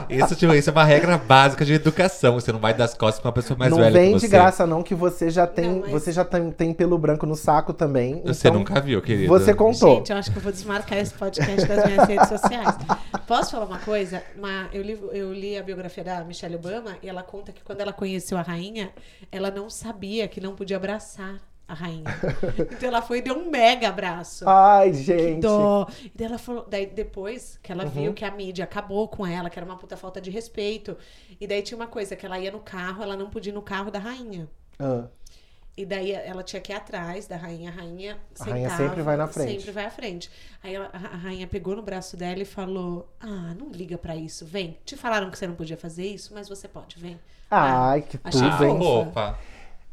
B: Isso, tipo, isso é uma regra básica de educação. Você não vai dar as costas pra uma pessoa mais
A: não
B: velha
A: vem
B: que
A: de
B: você.
A: graça, não, que você já tem.
C: Não, mas-
A: Você já tem, tem pelo branco no saco também.
B: Você
A: então
B: nunca viu, querido.
A: Você contou.
C: Gente, eu acho que eu vou desmarcar esse podcast das minhas redes sociais. Posso falar uma coisa? Uma- eu, li, eu li a biografia da Michelle Obama e ela conta que quando ela conheceu a rainha, ela não sabia que não podia abraçar a rainha. Então ela foi e deu um mega abraço.
A: Ai,
C: Que
A: Ah, gente.
C: dó. E daí ela falou, daí depois que ela viu que a mídia acabou com ela, que era uma puta falta de respeito. E daí tinha uma coisa, que ela ia no carro, ela não podia ir no carro da rainha.
A: Ah,
C: E daí ela tinha que ir atrás da rainha. A rainha
A: A
C: sentava,
A: rainha sempre vai na frente.
C: Sempre vai à frente. Aí ela- a a rainha pegou no braço dela e falou: Ah, não liga pra isso, vem. Te falaram que você não podia fazer isso, mas você pode, vem.
A: Ah, Ai, que
C: achei
A: tudo,
B: Ah,
A: hein?
C: fofo.
B: opa.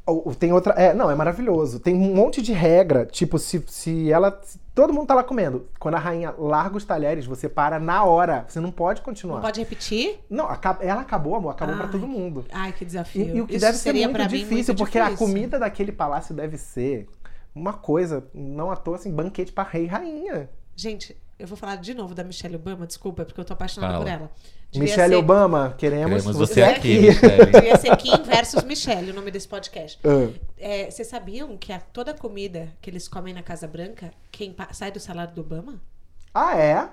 A: Ou- ou Tem outra. É, não, é maravilhoso. Tem um monte de regra. Tipo, se, se ela. se todo mundo tá lá comendo. Quando a rainha larga os talheres, você para na hora. Você não pode continuar.
C: Não pode repetir?
A: Não, aca- ela acabou, amor. Acabou pra
C: Ai,
A: todo mundo.
C: Ai, que
A: E,
C: desafio.
A: e o que
C: Isso
A: deve ser
C: seria
A: muito
C: pra mim
A: difícil,
C: muito
A: porque a
C: difícil.
A: comida daquele palácio deve ser uma coisa, não à toa, assim, banquete pra rei e rainha.
C: Gente, eu vou falar de novo da Michelle Obama, desculpa, porque eu tô apaixonada
B: Fala.
C: por ela.
A: Michelle
C: ser,
A: Obama, queremos,
B: Queremos você
A: É
B: aqui, Michelle.
C: Devia ser Kim versus Michelle, o nome desse podcast.
A: Ah,
C: É, Vocês sabiam que a, toda a comida que eles comem na Casa Branca, quem pa- sai do salário do Obama?
A: Ah, é?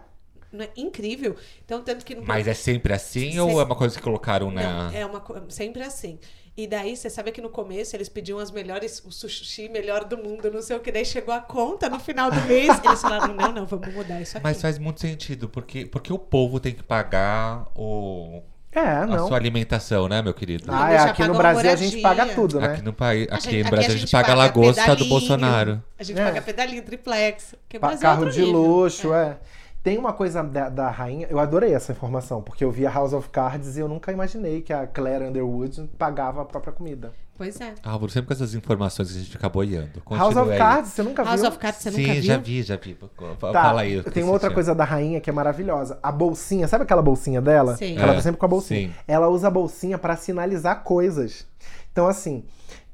C: Não é incrível? Então, tanto que não
B: Mas é sempre assim ou
C: Cê-
B: é uma coisa que colocaram na.
C: Não, é uma co- sempre assim. E daí, você sabe que no começo eles pediam as melhores, o sushi melhor do mundo, não sei o que. Daí chegou a conta no final do mês. Eles falaram: não, não, vamos mudar isso aqui.
B: Mas faz muito sentido, porque, porque o povo tem que pagar o,
A: É,
B: a
A: não.
B: sua alimentação, né, meu querido?
A: Ah,
C: Mas
A: é,
C: já
A: aqui no
C: pagou
A: Brasil a
C: moradia.
A: gente paga tudo, né?
B: Aqui no, país,
C: A
B: aqui
C: gente-
B: no Brasil
C: aqui
B: a gente paga a lagosta do
C: pedalinho,
B: Bolsonaro.
C: A gente
A: É.
C: paga pedalinho, triplex. Porque o
A: Pa-
C: Brasil é
A: carro
C: outro
A: de
C: nível.
A: luxo, é. Tem uma coisa da, da rainha, eu adorei essa informação, porque eu via House of Cards e eu nunca imaginei que a Claire Underwood pagava a própria comida.
C: Pois é.
B: Ah, Álvaro, sempre com essas informações que a gente fica boiando. Continua
A: House of
B: aí.
A: Cards, você nunca
C: House
A: viu?
C: of Cards, você
B: Sim,
C: nunca viu?
B: já vi, já vi. Fala
A: Tá,
B: aí. o que
A: Tem
B: você
A: outra
B: tinha.
A: coisa da rainha que é maravilhosa. A bolsinha, sabe aquela bolsinha dela?
C: Sim.
A: Que Ela
B: É,
A: tá sempre com a bolsinha.
B: sim.
A: Ela usa a bolsinha pra sinalizar coisas. Então, assim,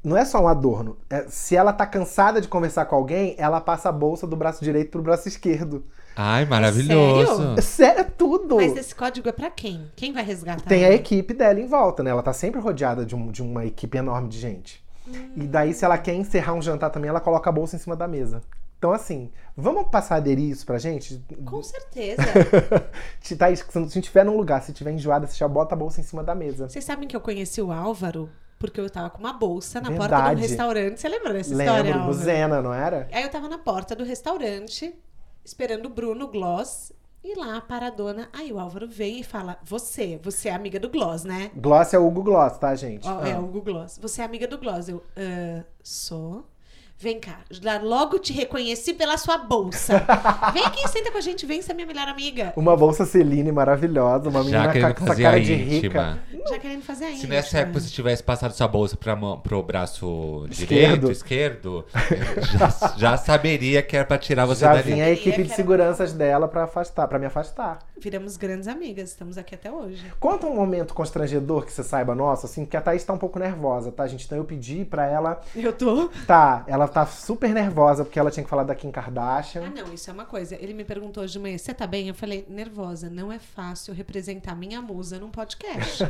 A: não é só um adorno. É, se ela tá cansada de conversar com alguém, ela passa a bolsa do braço direito pro braço esquerdo.
B: Ai, maravilhoso.
A: Sério, é tudo!
C: Mas esse código é pra quem? Quem vai resgatar?
A: Tem a
C: ele?
A: equipe dela em volta, né? Ela tá sempre rodeada de, um- de uma equipe enorme de gente. E daí, se ela quer encerrar um jantar também, ela coloca a bolsa em cima da mesa. Então, assim, vamos passar a aderir isso pra gente?
C: Com certeza.
A: Se tá, se não estiver num lugar, se tiver enjoada, você já bota a bolsa em cima da mesa.
C: Vocês sabem que eu conheci o Álvaro porque eu tava com uma bolsa na porta de
A: Verdade.
C: um restaurante. Você lembra dessa história, é
A: Lembro,
C: Álvaro?
A: buzena, não era?
C: Aí eu tava na porta do restaurante, esperando o Bruno Gloss. E lá, a paradona. Aí o Álvaro vem e fala: Você, você é amiga do Gloss, né?
A: Gloss é o Hugo Gloss, tá, gente?
C: Ó,
A: Ah.
C: É o Hugo Gloss. Você é amiga do Gloss. Eu "Ah, sou. Vem cá, já logo te reconheci pela sua bolsa. Vem aqui, senta com a gente, vem ser minha melhor amiga.
A: Uma bolsa Celine maravilhosa, uma menina
B: Já
A: com
B: querendo
A: essa
B: fazer
A: cara
B: a
A: de rica.
B: íntima.
C: Já querendo fazer ainda.
B: Se nessa época você tivesse passado sua bolsa pra mão, pro braço
A: Esquerdo.
B: direito, esquerdo, já, já saberia que era pra tirar você
A: Já
B: dali.
A: vinha a equipe de
C: Quero-
A: seguranças dela pra afastar, para me afastar.
C: Viramos grandes amigas, estamos aqui até hoje.
A: Conta um momento constrangedor que você saiba, nossa, assim, porque a Thaís tá um pouco nervosa, tá, gente? Então eu pedi pra ela.
C: Eu tô.
A: Tá, ela tá super nervosa porque ela tinha que falar da Kim
C: Ah,
A: Kardashian.
C: não, isso é uma coisa. Ele me perguntou hoje de manhã, você tá bem? Eu falei, nervosa, não é fácil representar minha musa num podcast.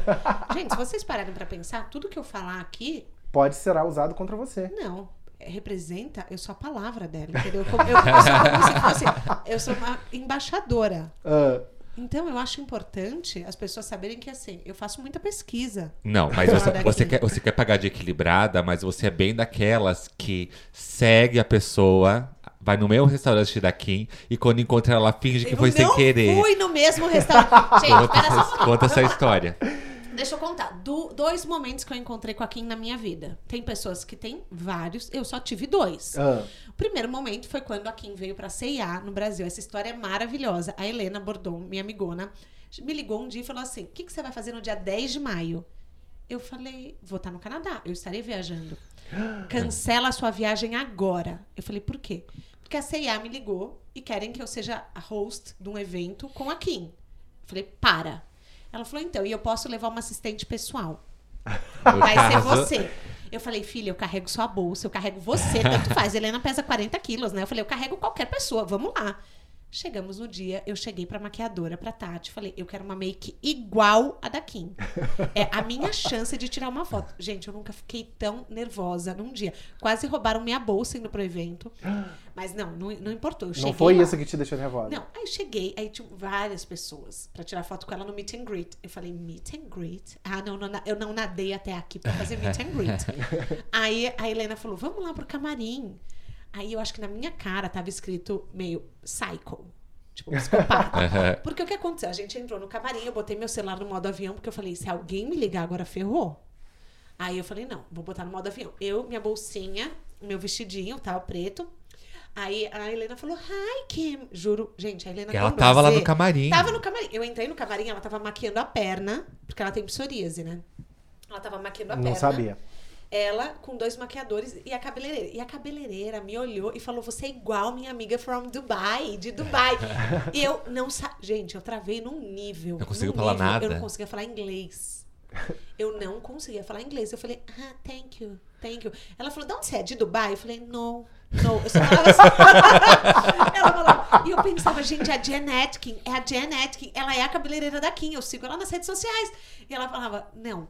C: Gente, se vocês pararem pra pensar, tudo que eu falar aqui,
A: Pode ser usado contra você.
C: não. É, Representa, eu sou a palavra dela, entendeu? Como- eu, eu sou como se fosse- assim, eu sou uma embaixadora.
A: Ah,
C: Então, eu acho importante as pessoas saberem que, assim, eu faço muita pesquisa.
B: Não, mas você,
C: Nada
B: você
C: aqui.
B: quer, você quer pagar de equilibrada, mas você é bem daquelas que segue a pessoa, vai no meu restaurante da Kim e quando encontra ela finge que
C: eu
B: foi sem
C: não
B: querer.
C: fui no mesmo restaurante. Gente,
B: Conta,
C: pera só um
B: essa- conta essa história.
C: Deixa eu contar. Do- dois momentos que eu encontrei com a Kim na minha vida. Tem pessoas que têm vários, eu só tive dois.
A: ah.
C: O primeiro momento foi quando a Kim veio pra C&A no Brasil. Essa história é maravilhosa. A Helena Bordon, minha amigona, me ligou um dia e falou assim: O que, que você vai fazer no dia 10 de maio? Eu falei: Vou estar no Canadá, eu estarei viajando. Cancela a sua viagem agora. Eu falei: Por quê? Porque a C&A me ligou e querem que eu seja a host de um evento com a Kim. Eu falei: Para. Ela falou: Então, e eu posso levar uma assistente pessoal.
B: No
C: Vai ser
B: caso,
C: é você. Eu falei, filha, eu carrego sua bolsa, eu carrego você, tanto faz. Helena pesa 40 quilos, né? Eu falei, eu carrego qualquer pessoa, vamos lá. Chegamos no dia, eu cheguei pra maquiadora, pra Tati, falei, eu quero uma make igual a da Kim. É a minha chance de tirar uma foto. Gente, eu nunca fiquei tão nervosa num dia. Quase roubaram minha bolsa indo pro evento. Mas não, não, não importou. Eu
A: Não
C: cheguei
A: foi
C: lá.
A: isso que te deixou nervosa.
C: Não, aí cheguei, aí tinham várias pessoas pra tirar foto com ela no meet and greet. Eu falei, meet and greet? Ah, não, não, eu não nadei até aqui pra fazer meet and greet. aí a Helena falou, vamos lá pro camarim. Aí eu acho que na minha cara tava escrito meio psycho. Tipo, psicopata.
B: Aham.
C: Porque o que aconteceu? A gente entrou no camarim, eu botei meu celular no modo avião, porque eu falei, se alguém me ligar agora, ferrou. Aí eu falei, não, vou botar no modo avião. Eu, minha bolsinha, meu vestidinho, tal, preto. Aí a Helena falou, hi, Kim. Juro, gente, a Helena
B: Ela
C: tem um
B: tava lá
C: blazer.
B: no camarim.
C: Tava no camarim. Eu entrei no camarim, ela tava maquiando a perna, porque ela tem psoríase, né? Ela tava maquiando a
A: Não
C: perna.
A: sabia.
C: Ela com dois maquiadores e a cabeleireira. E a cabeleireira me olhou e falou: Você é igual minha amiga from Dubai, de Dubai. e eu não sa... Gente, eu travei num nível.
B: Não conseguiu
C: num
B: falar
C: nível,
B: nada?
C: Eu não conseguia falar inglês. Eu não conseguia falar inglês. Eu falei: Ah, thank you, thank you. Ela falou: De onde você é? De Dubai? Eu falei: No. No, eu só falava assim. ela falava. E eu pensava, gente, é a Jen Atkin, é a Jen Atkin, ela é a cabeleireira da Kim, eu sigo ela nas redes sociais. E ela falava, não,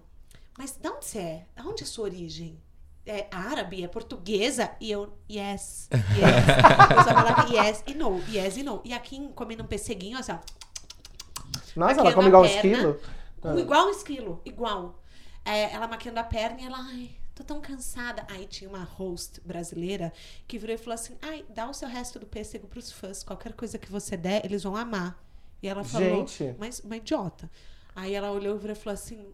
C: mas de onde você é? De onde é a sua origem? É árabe? É portuguesa? E eu, yes, yes. eu só falava yes e no, yes e no. E aqui comendo um pesseguinho, assim, ó,
A: Nossa,
C: Maquiando
A: ela come
C: a
A: igual um
C: é perna.
A: esquilo. Ah.
C: com- igual um esquilo, igual. É, ela maquiando a perna e ela, ai, tô tão cansada. Aí tinha uma host brasileira que virou e falou assim, ai, dá o seu resto do pêssego pros fãs. Qualquer coisa que você der, eles vão amar. E ela falou,
A: Gente.
C: mas uma idiota. Aí ela olhou e virou e falou assim,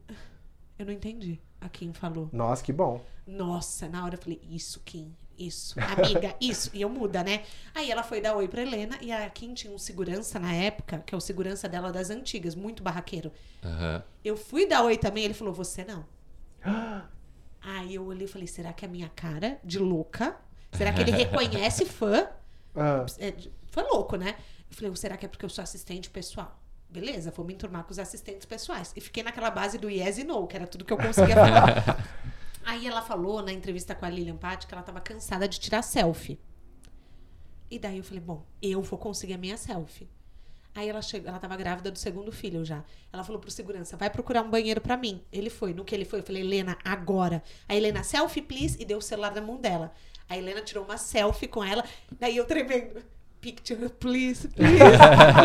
C: eu não entendi. A Kim falou.
A: Nossa, que bom.
C: Nossa, na hora eu falei, isso, Kim, isso, amiga, isso. E eu muda, né? Aí ela foi dar oi pra Helena e a Kim tinha um segurança na época, que é o segurança dela das antigas, muito barraqueiro.
B: Aham.
C: Eu fui dar oi também, ele falou, você não. Aí eu olhei e falei, será que é a minha cara de louca? Será que ele reconhece fã?
A: Ah,
C: É, de- foi louco, né? Eu falei, será que é porque eu sou assistente pessoal? Beleza, vou me enturmar com os assistentes pessoais. E fiquei naquela base do yes e no, que era tudo que eu conseguia falar. Aí ela falou na entrevista com a Lilian Patti que ela tava cansada de tirar selfie. E daí eu falei, bom, eu vou conseguir a minha selfie. Aí ela chegou, ela tava grávida do segundo filho já. Ela falou pro segurança, vai procurar um banheiro pra mim. Ele foi. No que ele foi, eu falei, Helena, agora. A Helena, selfie, please, e deu o celular na mão dela. A Helena tirou uma selfie com ela, daí eu tremendo. Picture, please, please. e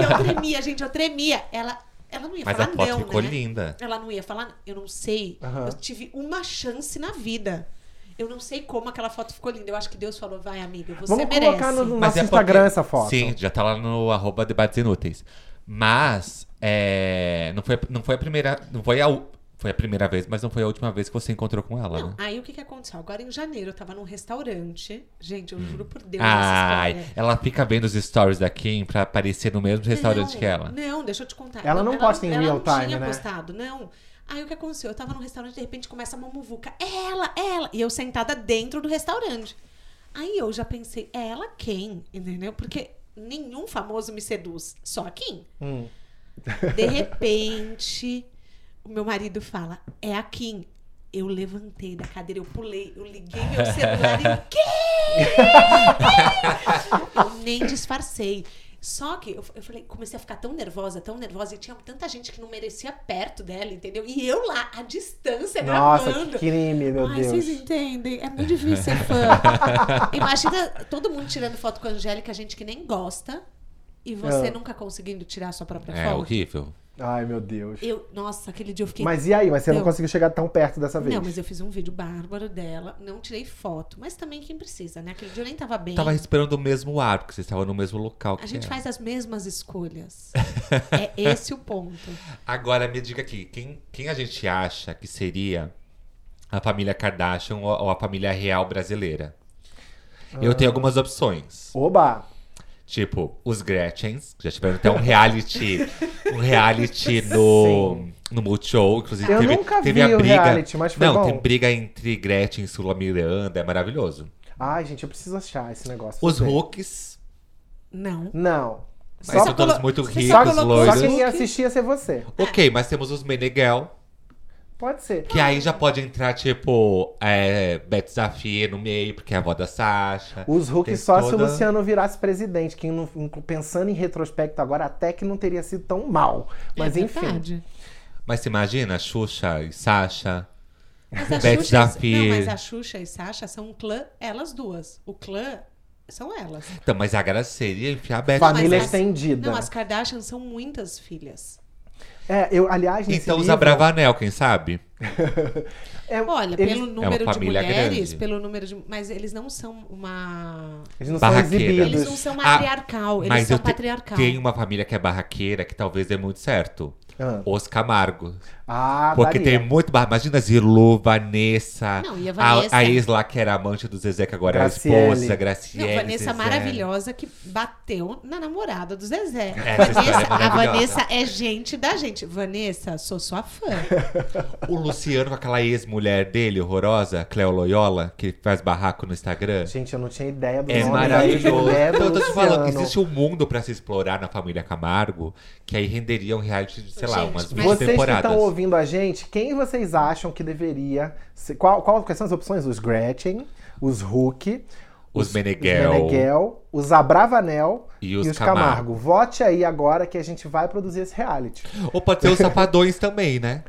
C: eu tremia, gente, eu tremia. Ela, ela não ia
B: Mas a
C: falar
B: foto
C: não,
B: ficou
C: né?
B: linda.
C: Ela não ia falar, eu não sei.
A: Aham.
C: Eu tive uma chance na vida. Eu não sei como aquela foto ficou linda. Eu acho que Deus falou, vai, amiga, você
A: Vamos
C: merece.
A: colocar no, no
B: Mas
A: nosso
B: é porque-
A: Instagram essa foto.
B: Sim, já tá lá no arroba debates inúteis. Mas é, não, foi, não foi a primeira. Não foi a. u- Foi a primeira vez, mas não foi a última vez que você encontrou com ela,
C: Não,
B: né?
C: aí o que, que aconteceu? Agora em janeiro eu tava num restaurante. Gente, eu juro por Deus essa
B: Hum. Ai,
C: história.
B: ela fica vendo os stories da Kim pra aparecer no mesmo restaurante
C: Não, é
B: que é ela.
C: Não, deixa eu te contar.
A: Ela não posta em
C: ela
A: real
C: não
A: time,
C: tinha
A: né?
C: postado, não. Aí o que aconteceu? Eu tava num restaurante, de repente começa uma muvuca. É Ela, é ela. E eu sentada dentro do restaurante. Aí eu já pensei, é ela quem? Entendeu? Porque nenhum famoso me seduz, só a Kim.
A: Hum.
C: De repente, o meu marido fala, é a Kim. Eu levantei da cadeira, eu pulei, eu liguei meu celular e Kim! Eu nem disfarcei. Só que eu, eu falei, comecei a ficar tão nervosa, tão nervosa, e tinha tanta gente que não merecia perto dela, entendeu? E eu lá, à distância,
A: Nossa,
C: gravando.
A: que crime, meu
C: Ai,
A: Deus.
C: vocês entendem. É muito difícil ser fã. Imagina todo mundo tirando foto com a Angélica, gente que nem gosta, e você
A: Ah.
C: nunca conseguindo tirar a sua própria
B: É
C: foto.
B: horrível.
A: Ai, meu Deus.
C: Eu, nossa, aquele dia eu fiquei.
A: Mas e aí? Mas você não
C: Eu-
A: conseguiu chegar tão perto dessa vez?
C: Não, mas eu fiz um vídeo bárbaro dela, não tirei foto. Mas também quem precisa, né? Aquele dia eu nem tava bem.
B: Tava É. esperando o mesmo ar, porque vocês estavam no mesmo local.
C: A
B: que
C: gente
B: ela.
C: faz as mesmas escolhas. é esse o ponto.
B: Agora me diga aqui, quem, quem a gente acha que seria a família Kardashian ou, ou a família real brasileira? Eu tenho algumas opções.
A: Oba!
B: Tipo, os Gretchens, que já tiveram até um reality, um reality no, no Multishow, inclusive
A: Eu
B: teve,
A: nunca
B: teve
A: vi
B: a
A: o
B: briga.
A: reality, mas foi
B: Não,
A: bom.
B: tem briga entre Gretchen e Sula Miranda, é maravilhoso.
A: Ai, gente, eu preciso achar esse negócio.
B: Os
A: Tudo bem.
B: Hulks,
C: Não.
A: Não.
B: mas
A: Só-
B: são todos muito
C: você só
B: ricos,
C: colocou-
A: Só
B: loiros.
A: quem ia assistir ia ser você.
B: Ok, mas temos os Meneghel,
A: Pode ser.
B: Que aí já pode entrar, tipo, é, Beto Zafir no meio, porque é a avó da Sasha.
A: Os Hulk
B: Tem
A: só se o
B: toda-
A: Luciano virasse presidente, que não- pensando em retrospecto agora, até que não teria sido tão mal. Mas
C: é
A: enfim.
C: verdade.
B: Mas se imagina, Xuxa e Sasha.
C: Mas a,
B: Beth
C: Xuxa, não,
B: Zafir.
C: mas a Xuxa e Sasha são um clã, elas duas. O clã são elas.
B: Então, mas a graça seria enfiar a Beto.
A: Família
C: mas as-
A: estendida.
C: Não, as Kardashian são muitas filhas.
A: É, eu, aliás, nesse
B: Então usa
A: livro,
B: Bravanel, quem sabe?
A: é,
C: Olha,
A: eles,
C: pelo
B: É uma
C: número de
B: família
C: mulheres,
B: grande.
C: pelo número de. Mas eles não são uma.
A: eles não são
B: Barraqueira.
A: exibidos.
C: Eles não são
B: Ah,
C: matriarcal, eles
B: mas
C: são
B: eu te-
C: patriarcal.
B: Tem uma família que é barraqueira que talvez dê muito certo.
A: Ah.
B: Os Camargo.
A: Ah,
B: Porque
A: daria.
B: tem muito barra. Imagina Zilu, Vanessa.
C: Não, e a
B: a,
C: Vanessa?
B: a ex lá que era amante do Zezé, que agora é
A: Graciele.
B: a esposa, Graciele.
C: Não, Vanessa
B: é Zezé.
C: maravilhosa que bateu na namorada do
B: Essa
C: Zezé.
B: história é
C: Vanessa- a
B: maravilhosa.
C: Vanessa é gente da gente. Vanessa, sou sua fã.
B: O Luciano com aquela ex-mulher dele, horrorosa, Cleo Loyola, que faz barraco no Instagram.
A: Gente, eu não tinha ideia do
B: É
A: nome da
B: maravilhoso.
A: ex-mulher do
B: Então, eu tô te falando,
A: Luciano.
B: existe um mundo pra se explorar na família Camargo, que aí renderia um reality de, sei lá,
C: Gente,
B: umas
C: mas-
B: 20
A: Vocês que
B: temporadas.
A: estão ouvindo a gente, quem vocês acham que deveria. Ser, qual, qual- quais são as opções? Os Gretchen, os Hulk,
B: Os
A: Meneghel,
B: Meneghel.
A: os, Meneghel, os Abravanel
B: E os Camargo.
A: Vote aí agora que a gente vai produzir esse reality.
B: Ou pode ser os Safadões também, né?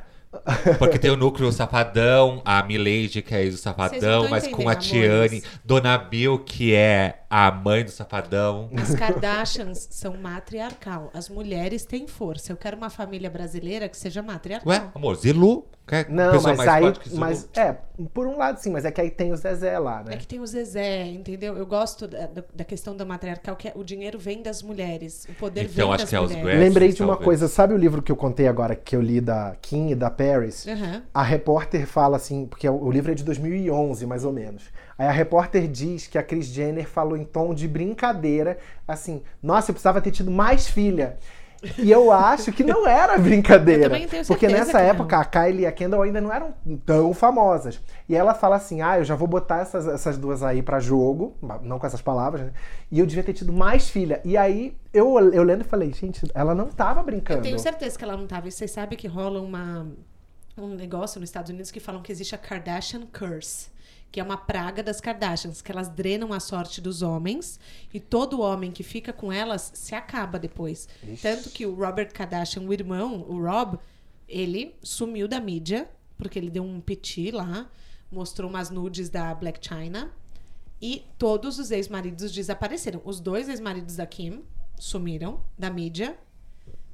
B: Porque tem o núcleo Safadão, a Milady, que é ex do
C: Vocês não
B: Safadão,
C: tão
B: mas com a
C: entendendo,
B: Tiane,
C: amores.
B: Dona Bill, que é a mãe do Safadão.
C: As Kardashians são matriarcal. As mulheres têm força. Eu quero uma família brasileira que seja matriarcal.
B: Ué, amor, Zilu? Quer
A: Não,
B: pessoa
A: mas
B: mais
A: aí.
B: forte que Zilu?
A: Mas, é, por um lado sim, mas é que aí tem o Zezé lá,
C: É
A: né?
C: que tem o Zezé, entendeu? Eu gosto da, da- da questão da matriarcal, que é o dinheiro vem das mulheres. O poder
B: Então,
C: vem
B: acho
C: das
B: que é os
C: mulheres.
B: Gretchen,
A: Lembrei de uma
B: talvez.
A: coisa, sabe o livro que eu contei agora que eu li da Kim e da Paris?
C: Aham.
A: A repórter fala assim, porque o livro é de 2011, mais ou menos. Aí a repórter diz que a Kris Jenner falou em tom de brincadeira, assim, nossa, eu precisava ter tido mais filha. E eu acho que não era
C: Eu
A: brincadeira.
C: também tenho
A: Porque
C: certeza
A: nessa
C: que
A: época
C: não.
A: a Kylie e a Kendall ainda não eram tão famosas. E ela fala assim: ah, eu já vou botar essas, essas duas aí pra jogo, não com essas palavras, né? E eu devia ter tido mais filha. E aí eu, eu lendo e falei: gente, ela não tava brincando.
C: Eu tenho certeza que ela não tá, tava. E vocês sabem que rola uma, um negócio nos Estados Unidos que falam que existe a Kardashian Curse. Que é uma praga das Kardashians, que elas drenam a sorte dos homens e todo homem que fica com elas se acaba depois. Tanto que o Robert Kardashian, o irmão, o Rob, ele sumiu da mídia, porque ele deu um piti lá, mostrou umas nudes da Black China. E todos os ex-maridos desapareceram. Os dois ex-maridos da Kim sumiram da mídia.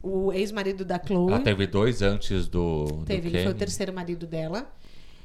C: O ex-marido da Chloe
B: Ela teve dois antes do. do
C: teve, ele foi o
B: Kenny.
C: terceiro marido dela.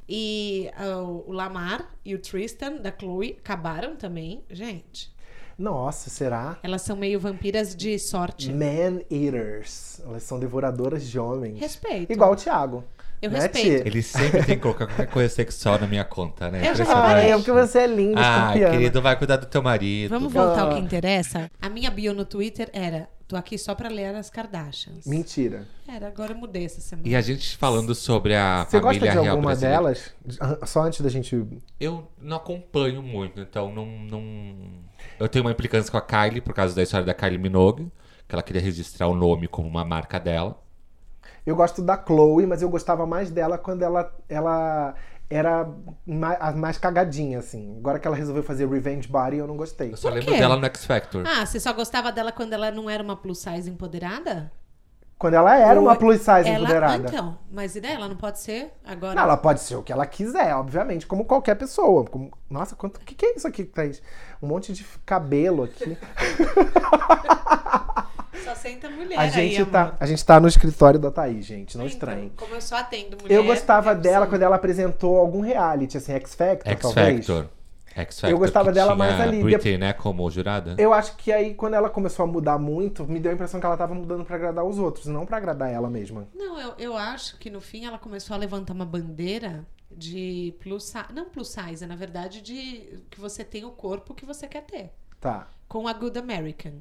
C: E ah, o Lamar e o Tristan da Chloe acabaram também. Gente,
A: Nossa, será?
C: elas são meio vampiras de sorte.
A: Hum. Man eaters. Elas são devoradoras de homens.
C: Respeito.
A: Igual o Thiago.
C: Eu
A: Né,
C: respeito.
A: tia?
B: Ele sempre tem que colocar qualquer coisa sexual na minha conta, né?
C: Eu já
A: Ah,
B: Impressionante.
A: é porque você é linda,
B: Ah,
A: escorpiana.
B: querido, vai cuidar do teu marido.
C: Vamos voltar ao
A: Ah.
C: que interessa? A minha bio no Twitter era: tô aqui só pra ler as Kardashians.
A: Mentira.
C: Era, agora eu mudei essa semana.
B: E a gente falando sobre a
A: Você
B: família
A: gosta de
B: real
A: alguma
B: brasileira.
A: delas? Só antes da gente.
B: Eu não acompanho muito, então não, não. Eu tenho uma implicância com a Kylie por causa da história da Kylie Minogue, que ela queria registrar o nome como uma marca dela.
A: Eu gosto da Chloe, mas eu gostava mais dela quando ela, ela era ma- a mais cagadinha, assim. Agora que ela resolveu fazer Revenge Body, eu não gostei.
B: Eu só
C: Por
B: lembro
C: quê?
B: dela no X Factor.
C: Ah, você só gostava dela quando ela não era uma plus size empoderada?
A: Quando ela era uma
C: Ou-
A: plus size
C: ela...
A: empoderada.
C: Ah, Então, mas e daí? Ela não pode ser agora?
A: Não, ela pode ser o que ela quiser, obviamente, como qualquer pessoa. Como- Nossa, quanto... o que, que é isso aqui, Thaís? Um monte de cabelo aqui.
C: Só senta mulher
A: a,
C: aí,
A: gente
C: amor.
A: tá, a gente tá no escritório da Thaís, gente, não
C: Então,
A: estranhe.
C: Como eu só atendo mulher.
A: Eu gostava
C: é
A: dela
C: possível.
A: quando ela apresentou algum reality, assim, X
C: Ah.
A: Factor,
B: X
A: talvez.
B: Factor. X Factor.
A: Eu gostava
B: que
A: dela
B: tinha
A: mais ali.
B: Britney, né, como jurada.
A: Eu acho que aí, quando ela começou a mudar muito, me deu a impressão que ela tava mudando pra agradar os outros, não pra agradar ela mesma.
C: Não, eu, eu acho que no fim ela começou a levantar uma bandeira de plus size. Não plus size, é na verdade de que você tem o corpo que você quer ter.
A: Tá.
C: Com a Good American,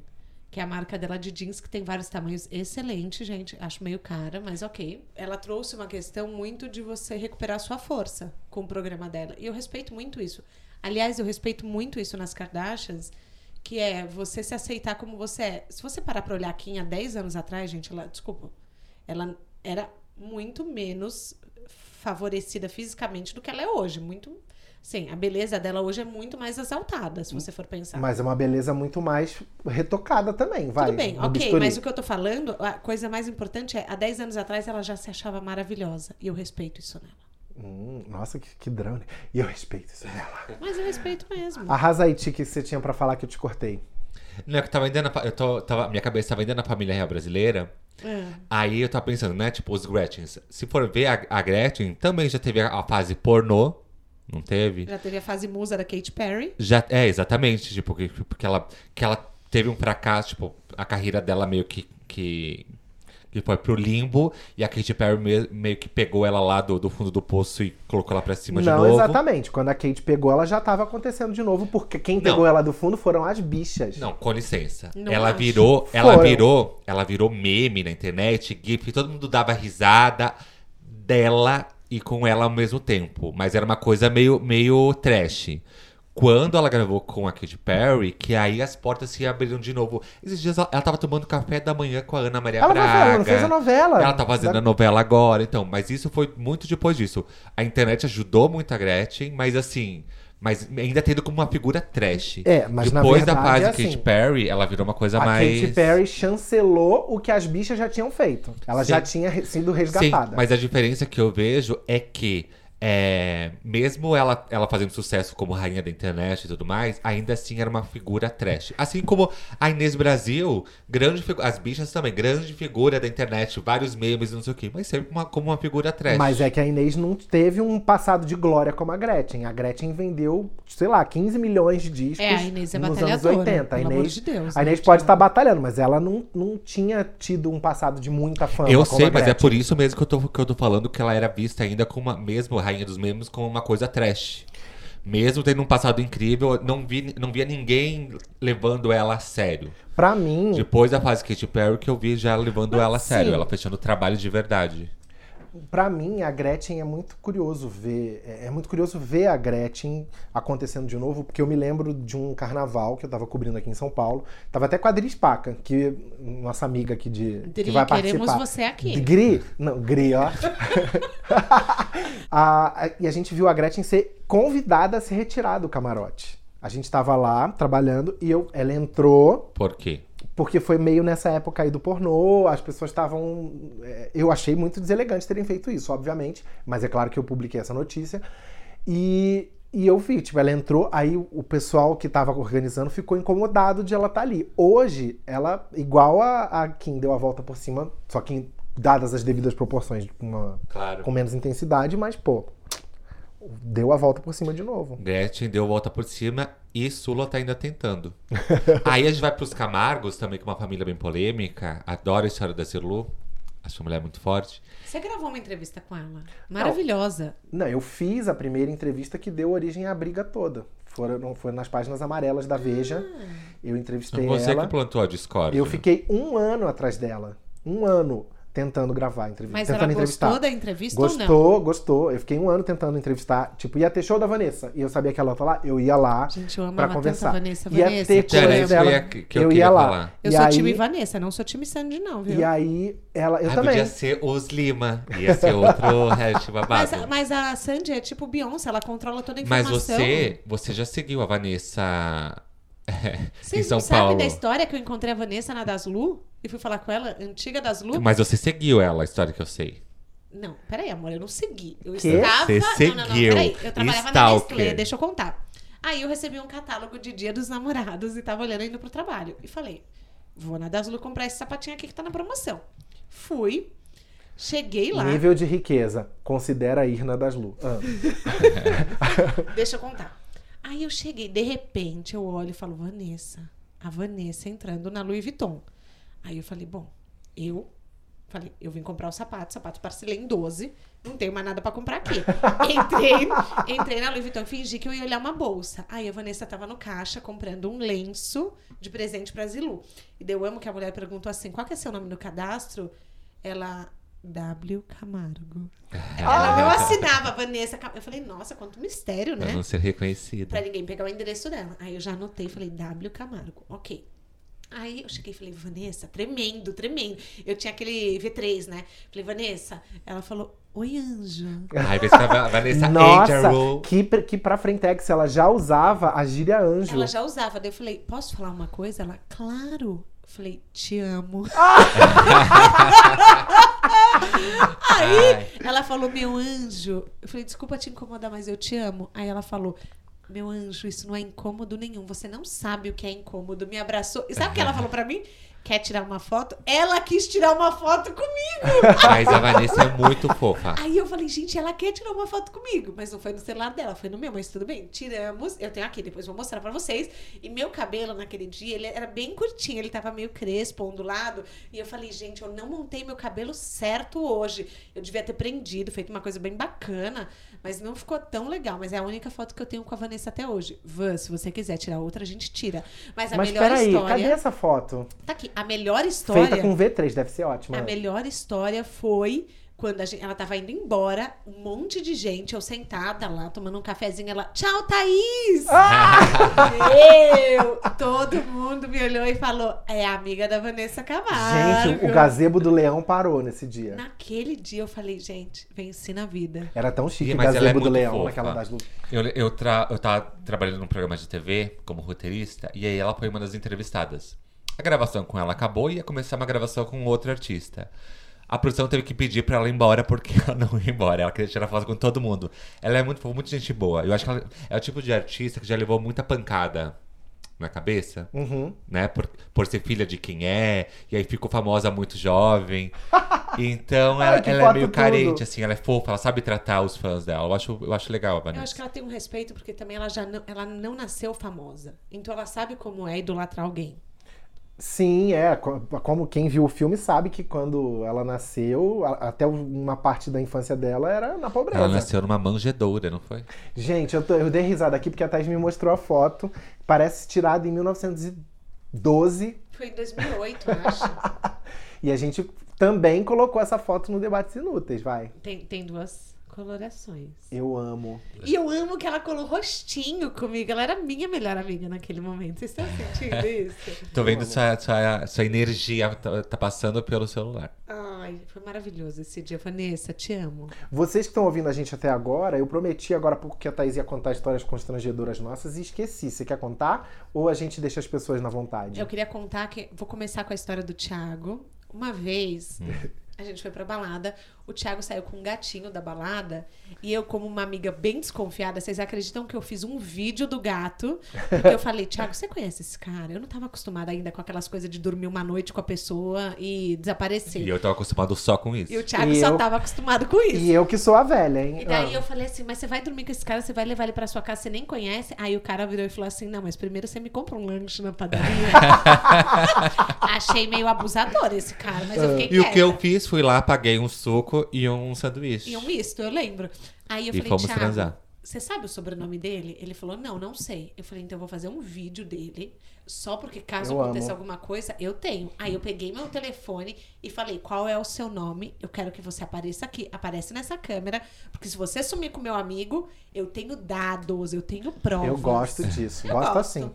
C: que é a marca dela de jeans, que tem vários tamanhos. Excelente, gente. Acho meio cara, mas ok. Ela trouxe uma questão muito de você recuperar sua força com o programa dela. E eu respeito muito isso. Aliás, eu respeito muito isso nas Kardashians, que é você se aceitar como você é. Se você parar pra olhar a Kim há 10 anos atrás, gente, ela, desculpa, ela era muito menos favorecida fisicamente do que ela é hoje. Muito. Sim, a beleza dela hoje é muito mais exaltada, se você for pensar.
A: Mas é uma beleza muito mais retocada também, vai.
C: Tá. Tudo bem,
A: no
C: ok,
A: bisturi.
C: mas o que eu tô falando, a coisa mais importante é, há 10 anos atrás ela já se achava maravilhosa. E eu respeito isso nela.
A: Hum, nossa, que, que drama. né? E eu respeito isso dela.
C: Mas eu respeito mesmo.
A: Arrasa aí, Ti, o que você tinha pra falar que eu te cortei.
B: Não, é que eu tava ainda na. fa- Eu tô, tava, minha cabeça tava ainda na família real brasileira.
C: É.
B: Aí eu tava pensando, né? Tipo, os Gretchens. Se for ver a, a Gretchen, também já teve a, a fase pornô. Não teve?
C: Já teve a fase musa da Katy Perry.
B: Já, é, exatamente. Tipo, que, porque ela, que ela teve um fracasso, tipo, a carreira dela meio que. que que foi pro limbo e a Katy Perry me- meio que pegou ela lá do, do fundo do poço e colocou ela pra cima de
A: não,
B: novo.
A: exatamente. Quando a Kate pegou, ela já tava acontecendo de novo, porque quem pegou ela do fundo foram as bichas.
B: Não, com licença.
C: Não
B: ela
C: acho.
B: virou, ela
A: Foram.
B: virou, ela virou meme na internet, gif, todo mundo dava risada dela e com ela ao mesmo tempo, mas era uma coisa meio meio trash. Quando ela gravou com a Katy Perry, que aí as portas se abriram de novo. Esses dias ela, ela tava tomando café da manhã com a Ana Maria
A: Ela vai
B: Braga.
A: falar, ela fez a novela.
B: Ela tá fazendo a novela agora, então. Mas isso foi muito depois disso. A internet ajudou muito a Gretchen, mas assim. Mas ainda tendo como uma figura trash.
A: É, mas na
B: Depois da
A: verdade
B: fase
A: é
B: Katy
A: assim.
B: Perry, ela virou uma coisa
A: A
B: mais.
A: Katy Perry chancelou o que as bichas já tinham feito. Ela
B: Sim.
A: já tinha re- sido
B: Sim,
A: resgatada.
B: mas a diferença que eu vejo é que. é, mesmo ela, ela fazendo sucesso como rainha da internet e tudo mais, ainda assim era uma figura trash. Assim como a Inês Brasil, grande figu- as bichas também, grande figura da internet, vários memes, não sei o quê, mas sempre uma- como uma figura trash.
A: Mas é que a Inês não teve um passado de glória como a Gretchen. A Gretchen vendeu, sei lá, 15 milhões de discos
C: É, a Inês é
A: nos anos
C: batalhadora,
A: 80. A
C: pelo
A: Inês,
C: amor de Deus,
A: a
C: né,
A: Inês
C: gente?
A: pode estar batalhando, mas ela não, não tinha tido um passado de muita fama.
B: Eu
A: como
B: sei,
A: a
B: mas é
A: Gretchen.
B: por isso mesmo que eu, tô, que eu tô falando que ela era vista ainda como uma, mesmo Rainha dos Memes como uma coisa trash. Mesmo tendo um passado incrível, eu não, vi, não via ninguém levando ela a sério.
A: Pra mim,
B: Depois da fase Katy Perry que eu vi já levando ela a sério,
A: Hum. sim.
B: ela fechando o trabalho de verdade.
A: Pra mim, a Gretchen é muito curioso ver. É é muito curioso ver a Gretchen acontecendo de novo, porque eu me lembro de um carnaval que eu tava cobrindo aqui em São Paulo. Tava até com a Dri Spaca, que nossa amiga aqui de
C: Dri,
A: que vai
C: queremos
A: participar.
C: você aqui.
A: Gri, não, Gri, ó. A- a- e a gente viu a Gretchen ser convidada a se retirar do camarote. A gente tava lá trabalhando e eu, ela entrou
B: Por quê?
A: porque foi meio nessa época aí do pornô, as pessoas estavam. é, Eu achei muito deselegante terem feito isso, obviamente, mas é claro que eu publiquei essa notícia. E, e eu vi, tipo, ela entrou, aí o- o pessoal que tava organizando ficou incomodado de ela estar ali. Hoje, ela, igual a, a Kim deu a volta por cima, só que dadas as devidas proporções, tipo, uma-
B: Claro.
A: com menos intensidade, mas, pô, deu a volta por cima de novo.
B: Gretchen deu volta por cima e Sula tá ainda tentando. Aí a gente vai pros Camargos também, que é uma família bem polêmica. Adoro a história da Zilu. Acho uma mulher muito forte.
C: Você gravou uma entrevista com ela. Maravilhosa.
A: Não, eu fiz a primeira entrevista que deu origem à briga toda. Foram, foi nas páginas amarelas da Veja.
C: Ah.
A: Eu entrevistei
B: Você
A: ela.
B: que plantou a discórdia. né?
A: Eu fiquei um ano atrás dela. Um ano tentando gravar a entrevista.
C: Mas
A: tentando
C: ela
A: entrevistar.
C: gostou da entrevista ou não?
A: Gostou, gostou. Eu fiquei um ano tentando entrevistar. Tipo, ia ter show da Vanessa. E eu sabia que ela ia lá, eu ia lá.
C: Gente, eu
A: Pra
C: amava tanto
A: conversar.
C: a Vanessa.
A: Ia
C: Vanessa,
A: ter
C: te
A: coisa
B: Era
C: amo.
B: isso que eu ia, que eu
A: Eu
B: queria
A: ia lá.
B: falar.
C: Eu
A: E
C: sou
A: aí-
C: time Vanessa, não sou time Sandy, não, viu?
A: E aí, ela. Eu
B: Ah,
A: também.
B: Podia ser os Lima. Ia ser outro hash
C: mas,
B: babado.
C: mas a Sandy é tipo Beyoncé, ela controla toda a
B: Mas
C: informação.
B: você, você já seguiu a Vanessa eh, em
C: Vocês
B: São
C: não sabem
B: Paulo.
C: da história que eu encontrei a Vanessa na Daslu? E fui falar com ela, antiga Daslu?
B: Mas você seguiu ela, a história que eu sei.
C: Não, peraí, amor, eu não segui. Eu
A: Quê?
C: estava.
B: Você
C: Não, não, não,
B: seguiu.
C: peraí. Eu trabalhava na
B: Stalker.
C: Nestlé, deixa eu contar. Aí eu recebi um catálogo de Dia dos Namorados e tava olhando indo pro trabalho. E falei, vou na Daslu comprar esse sapatinho aqui que tá na promoção. Fui, cheguei lá.
A: Nível de riqueza. Considera a Irna das Lu. Ah.
C: Deixa eu contar. Aí eu cheguei, de repente eu olho e falo, Vanessa, a Vanessa entrando na Louis Vuitton. Aí eu falei, bom, eu falei, eu vim comprar o sapato, sapato parcelei em 12, não tenho mais nada pra comprar aqui. Entrei, entrei na Louis Vuitton e fingi que eu ia olhar uma bolsa. Aí a Vanessa tava no caixa comprando um lenço de presente pra Zilu. E daí eu amo que a mulher perguntou assim: qual que é seu nome no cadastro? Ela. W. Camargo.
B: Ah!
C: Ela não assinava Vanessa Camargo. Eu falei, nossa, quanto mistério, né?
B: tá Pra não ser reconhecida.
C: Pra ninguém pegar o endereço dela. Aí eu já anotei, falei, W Camargo, ok. Aí eu cheguei e falei, Vanessa, tremendo, tremendo. Eu tinha aquele V3, né? Falei, Vanessa, ela falou, oi, anjo.
B: Ai, vai ser a Vanessa
A: Nossa,
B: Angel.
A: que, pra- que pra Frentex ela já usava a gíria anjo.
C: Ela já usava. Daí eu falei, posso falar uma coisa? Ela, claro. Eu Falei, te amo.
B: Ai.
C: Ela falou, meu anjo. Eu falei, desculpa te incomodar, mas eu te amo. Aí ela falou, meu anjo, isso não é incômodo nenhum. Você não sabe o que é incômodo. Me abraçou. E sabe o que ela falou pra mim? Quer tirar uma foto? Ela quis tirar uma foto comigo.
B: Mas a Vanessa é muito fofa.
C: Aí eu falei, gente, ela quer tirar uma foto comigo, mas não foi no celular dela, foi no meu, mas tudo bem. Tiramos, eu tenho aqui, depois vou mostrar pra vocês. E meu cabelo naquele dia, ele era bem curtinho, ele tava meio crespo, ondulado. E eu falei, gente, eu não montei meu cabelo certo hoje. Eu devia ter prendido, feito uma coisa bem bacana, mas não ficou tão legal. Mas é a única foto que eu tenho com a Vanessa até hoje. Van, se você quiser tirar outra, a gente tira. Mas é a
A: Mas
C: melhor
A: peraí,
C: história.
A: cadê essa foto?
C: Tá aqui, a melhor história.
A: Feita com V3, deve ser ótima.
C: A É melhor história foi quando a gente- ela tava indo embora, um monte de gente, eu sentada lá, tomando um cafezinho, ela, tchau, Thaís!
A: Ah.
C: Meu! Todo mundo me olhou e falou, é a amiga da Vanessa Camargo.
A: Gente, o gazebo do leão parou nesse dia.
C: Naquele dia eu falei, gente, venci na vida.
A: Era tão chique
B: Ih,
A: o
B: mas ela é
A: gazebo do
B: muito
A: leão
B: fofa.
A: naquela das luzes.
B: Eu, eu, tra- eu tava trabalhando num programa de TV como roteirista, e aí ela foi uma das entrevistadas. A gravação com ela acabou e ia começar uma gravação com outro artista. A produção teve que pedir pra ela ir embora porque ela não ia embora. Ela queria tirar foto com todo mundo. Ela é muito, fofa, muito gente boa. Eu acho que ela é o tipo de artista que já levou muita pancada na cabeça
A: Uhum.
B: né? Por, por ser filha de quem é, e aí ficou famosa muito jovem. Então ela,
A: Ai, que
B: ela é
A: foto
B: meio
A: tudo.
B: carente, assim, ela é fofa, ela sabe tratar os fãs dela. Eu acho, eu acho legal a
C: Eu
B: Vanessa.
C: acho que ela tem um respeito, porque também ela já não, ela não nasceu famosa. Então ela sabe como é idolatrar alguém.
A: Sim, é. co- Como quem viu o filme sabe que quando ela nasceu, a- até uma parte da infância dela era na pobreza.
B: Ela nasceu numa manjedoura, não foi?
A: Gente, eu, tô- eu dei risada aqui porque a Thais me mostrou a foto. Parece tirada em 1912.
C: Foi em 2008, eu acho.
A: E a gente também colocou essa foto no Debates Inúteis, vai.
C: Tem, tem duas colorações.
A: Eu amo.
C: E eu amo que ela colou rostinho comigo. Ela era minha melhor amiga naquele momento. Vocês estão sentindo isso?
B: Tô vendo sua, sua, sua energia tá, tá passando pelo celular.
C: Ai, foi maravilhoso esse dia. Vanessa, te amo.
A: Vocês que estão ouvindo a gente até agora, eu prometi agora há pouco que a Thaís ia contar histórias constrangedoras nossas e esqueci. Você quer contar? Ou a gente deixa as pessoas na vontade?
C: Eu queria
A: Hum.
C: contar que. Vou começar com a história do Thiago. Uma vez, a gente foi pra balada. O Thiago saiu com um gatinho da balada e eu, como uma amiga bem desconfiada, vocês acreditam que eu fiz um vídeo do gato? Porque eu falei, Thiago, você conhece esse cara? Eu não tava acostumada ainda com aquelas coisas de dormir uma noite com a pessoa e desaparecer.
B: E eu tava acostumado só com isso.
C: E o Thiago
A: E
C: só
A: eu-
C: tava acostumado com isso.
A: E eu que sou a velha, hein?
C: E daí
A: Ah.
C: eu falei assim, mas você vai dormir com esse cara, você vai levar ele pra sua casa, você nem conhece. Aí o cara virou e falou assim, não, mas primeiro você me compra um lanche na padaria. Achei meio abusador esse cara, mas eu fiquei
B: E o que
C: quieta.
B: eu fiz, fui lá, paguei um suco e um sanduíche.
C: E um misto, eu lembro. Aí eu
B: E
C: falei,
B: fomos
C: Thiago,
B: transar.
C: você sabe o sobrenome dele? Ele falou, não, não sei. Eu falei, então eu vou fazer um vídeo dele, só porque caso
A: Eu
C: aconteça
A: amo.
C: alguma coisa, eu tenho. Aí eu peguei meu telefone e falei, qual é o seu nome? Eu quero que você apareça aqui. Aparece nessa câmera, porque se você sumir com meu amigo, eu tenho dados, eu tenho provas.
A: Eu gosto disso,
C: Eu
A: gosto,
C: gosto.
A: assim.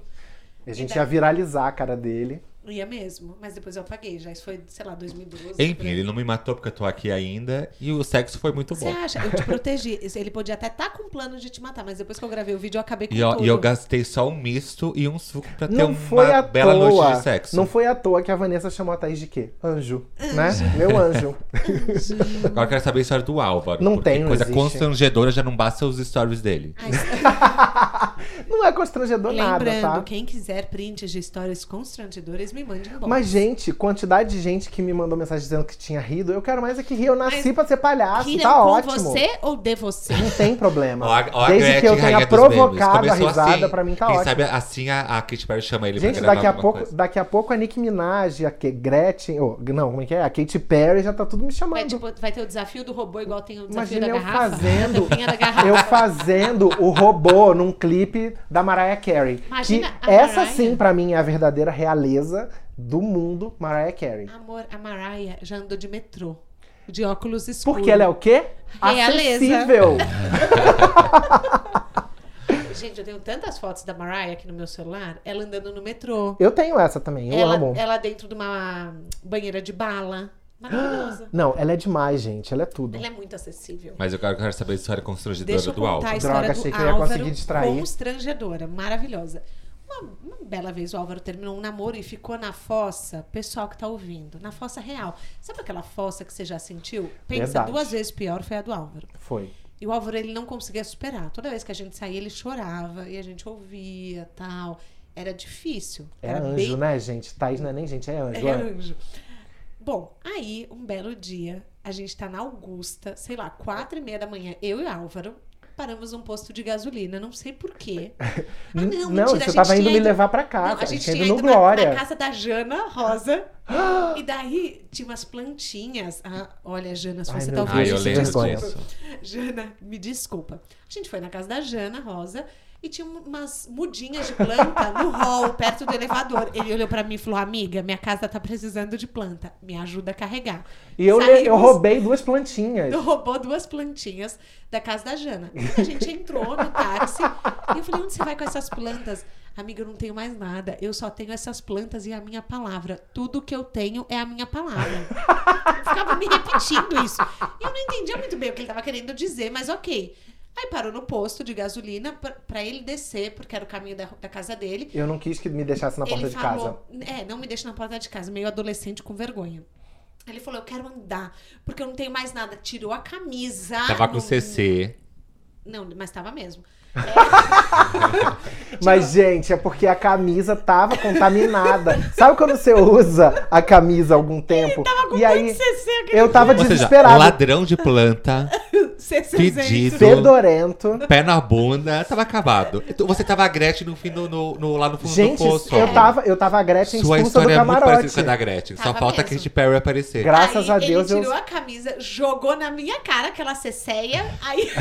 A: A gente
C: E
A: ia viralizar a cara dele.
C: Ia é mesmo, mas depois eu apaguei, já isso foi, sei lá, 2012. por
B: Enfim,
C: aí.
B: ele não me matou porque eu tô aqui ainda. E o sexo foi muito
C: Você
B: bom.
C: acha? Eu te protegi. Ele podia até estar com um plano de te matar, mas depois que eu gravei o vídeo, eu acabei com
B: E eu,
C: tudo.
B: e eu gastei só um misto e um suco pra ter
A: Não
B: uma
A: foi à
B: bela
A: toa.
B: noite de sexo.
A: Não foi à toa que a Vanessa chamou a Thaís de quê? Anjo. Né? Meu anjo.
B: Agora eu quero saber a história do Álvaro.
A: Não
B: porque
A: tem, não
B: Coisa
A: existe.
B: constrangedora já não basta os stories dele.
C: Ai, isso-
A: Não é constrangedor
C: Lembrando,
A: nada, tá?
C: quem quiser prints de histórias constrangedoras, me mande um bom.
A: Mas, gente, quantidade de gente que me mandou mensagem dizendo que tinha rido. Eu quero mais é que rir. Eu nasci
C: Mas
A: pra ser palhaço,
C: Kiran,
A: tá
C: com
A: ótimo.
C: você ou de você?
A: Não tem problema.
B: Ó a- ó a
A: Desde
B: Gretchen,
A: que eu
B: rainha
A: tenha
B: dos memes.
A: provocado a
B: Começou
A: risada,
B: assim.
A: pra mim tá
B: Quem
A: ótimo.
B: sabe assim a, a Katy Perry chama ele
A: Gente,
B: pra gravar
A: daqui a,
B: alguma
A: pouco,
B: coisa.
A: daqui a pouco a Nick Minaj, a Ke- Gretchen, ou não, como é que é? A Katy Perry já tá tudo me chamando.
C: Vai, tipo, vai ter o desafio do robô igual tem o desafio
A: Imagina
C: da
A: eu
C: garrafa?
A: fazendo,
C: é A tampinha da garrafa.
A: eu fazendo o robô num clipe da Mariah Carey.
C: Imagina
A: que
C: a
A: essa
C: Mariah.
A: sim, pra mim, é a verdadeira realeza do mundo Mariah Carey.
C: Amor, a Mariah já andou de metrô, de óculos escuros.
A: Porque ela é o quê?
C: Realeza.
A: Acessível.
C: Gente, eu tenho tantas fotos da Mariah aqui no meu celular, ela andando no metrô.
A: Eu tenho essa também, eu
C: ela, é-
A: amo.
C: ela dentro de uma banheira de bala. Maravilhosa.
A: Não, ela é demais, gente. Ela é tudo.
C: ela é muito acessível.
B: Mas eu quero, quero saber a história constrangedora
C: Deixa eu
B: do
C: contar a
B: Álvaro.
C: história
A: Droga,
C: do
A: achei que eu ia
C: Álvaro.
A: conseguir distrair.
C: Constrangedora, maravilhosa. Uma, uma bela vez o Álvaro terminou um namoro e ficou na fossa, pessoal que tá ouvindo, na fossa real. Sabe aquela fossa que você já sentiu? Pensa,
A: Verdade.
C: duas vezes pior foi a do Álvaro.
A: Foi.
C: E o Álvaro, ele não conseguia superar. Toda vez que a gente saía, ele chorava e a gente ouvia, tal. Era difícil.
A: É anjo,
C: bem
A: né, gente? Thaís não é nem gente, é anjo.
C: é
A: ó.
C: anjo. Bom, aí, um belo dia, a gente tá na Augusta, sei lá, quatro e meia da manhã, eu e Álvaro, paramos num posto de gasolina, não sei porquê. Ah,
A: Não,
C: não, mentira, a
A: você
C: gente
A: tava indo
C: tinha
A: me levar pra casa.
C: Não, a gente
A: tinha
C: tinha
A: ido
C: ido
A: no
C: na,
A: Glória.
C: na casa da Jana Rosa. e daí tinha umas plantinhas. Ah, olha, Jana, se
A: Ai,
C: você
A: meu
C: tá
A: Deus,
B: Ai,
C: ouvindo
B: eu
A: Gente,
C: isso,
B: lembro
A: vergonha.
B: disso.
C: Jana, me desculpa. A gente foi na casa da Jana Rosa e tinha um, umas mudinhas de planta no hall, perto do elevador. Ele olhou pra mim e falou: Amiga, minha casa tá precisando de planta. Me ajuda a carregar.
A: E eu, le- eu
C: Saímos-
A: roubei duas plantinhas.
C: eu roubou duas plantinhas da casa da Jana. A gente entrou no táxi e eu falei: onde você vai com essas plantas? Amiga, eu não tenho mais nada. Eu só tenho essas plantas e a minha palavra. Tudo que eu tenho é a minha palavra. Eu ficava me repetindo isso. E eu não entendia muito bem o que ele estava querendo dizer, mas ok. Aí parou no posto de gasolina pra- pra ele descer, porque era o caminho da- da casa dele
A: Eu não quis que me deixasse na porta de casa.
C: é, não me deixa na porta de casa, meio adolescente com vergonha. Ele falou, eu quero andar, porque eu não tenho mais nada. Tirou a camisa.
B: Tava com
C: não-
B: CC.
C: Não, mas tava mesmo.
A: Mas, gente, é porque a camisa tava contaminada. Sabe quando você usa a camisa há algum tempo? e aí,
C: CC, aquele
A: eu tava
B: Ou seja,
A: desesperado,
B: ladrão de planta,
C: CC.
B: Fedido.
A: fedorento.
B: pé na bunda, tava acabado. Então, Você tava a Gretchen no fim do, no, no- lá no fundo
A: Gente,
B: do poço.
A: eu
B: Álvaro.
A: tava, eu tava a Gretchen
B: Sua
A: expulsa do
B: história é muito parecida com a da
A: camarote.
B: Gretchen. Só
C: Tava
B: falta a
C: mesmo.
B: Katy Perry aparecer.
A: Graças
C: aí,
A: a Deus,
C: ele
A: eu...
C: tirou a camisa, jogou na minha cara aquela cecéia, aí...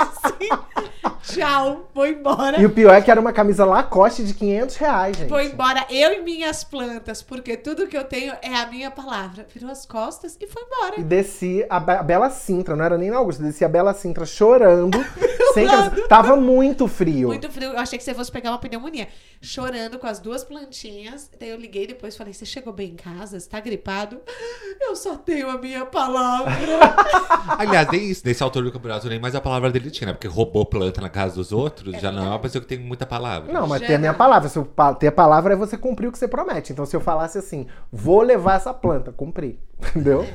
C: assim, tchau, vou embora.
A: E o pior é que era uma camisa Lacoste de 500 reais, gente.
C: Vou embora eu e minhas plantas, porque tudo que eu tenho é a minha palavra. Virou as costas e foi embora.
A: E desci a, Be- a Bela Sintra, não era nem na Augusta, desci a Bela Sintra chorando. sem
C: lado.
A: camisa. Tava muito frio.
C: Muito frio. Eu achei que você fosse pegar uma pneumonia. Chorando com as duas plantinhas. Daí eu liguei depois e falei: Você chegou bem em casa? Você tá gripado? Eu só tenho a minha palavra.
B: Aliás, nem isso, nesse autor do campeonato, nem mais a palavra dele tinha, né? Porque roubou planta na casa dos outros, já não é uma pessoa que tem muita palavra.
A: Não, mas
C: Já
A: ter a minha
C: não.
A: palavra. Se eu pa- ter a palavra é você cumprir o que você promete. Então, se eu falasse assim, vou levar essa planta, cumpri. Entendeu?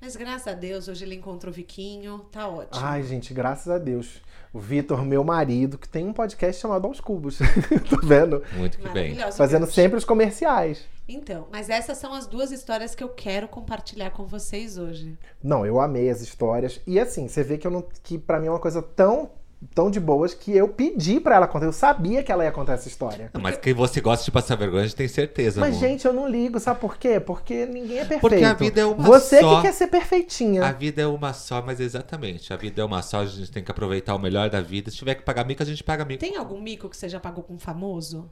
C: Mas graças a Deus, hoje ele encontrou o Viquinho, tá ótimo.
A: Ai, gente, graças a Deus. O Vitor, meu marido, que tem um podcast chamado Aos Cubos. Tô vendo?
B: Muito que bem.
C: Maravilhoso,
A: Fazendo
C: Deus.
A: sempre os comerciais.
C: Então, mas essas são as duas histórias que eu quero compartilhar com vocês hoje.
A: Não, eu amei as histórias. E assim, você vê que eu não. que pra mim é uma coisa tão, tão de boas que eu pedi pra ela contar. Eu sabia que ela ia contar essa história.
B: Não, Mas quem você gosta de passar vergonha, a gente tem certeza,
A: Mas,
B: amor.
A: gente, eu não ligo, sabe por quê? Porque ninguém é perfeito.
B: Porque a vida é uma
A: Você
B: só.
A: que quer ser perfeitinha.
B: A vida é uma só, mas exatamente. A vida é uma só, a gente tem que aproveitar o melhor da vida. Se tiver que pagar mico, a gente paga mico.
C: Tem algum mico que você já pagou com um famoso?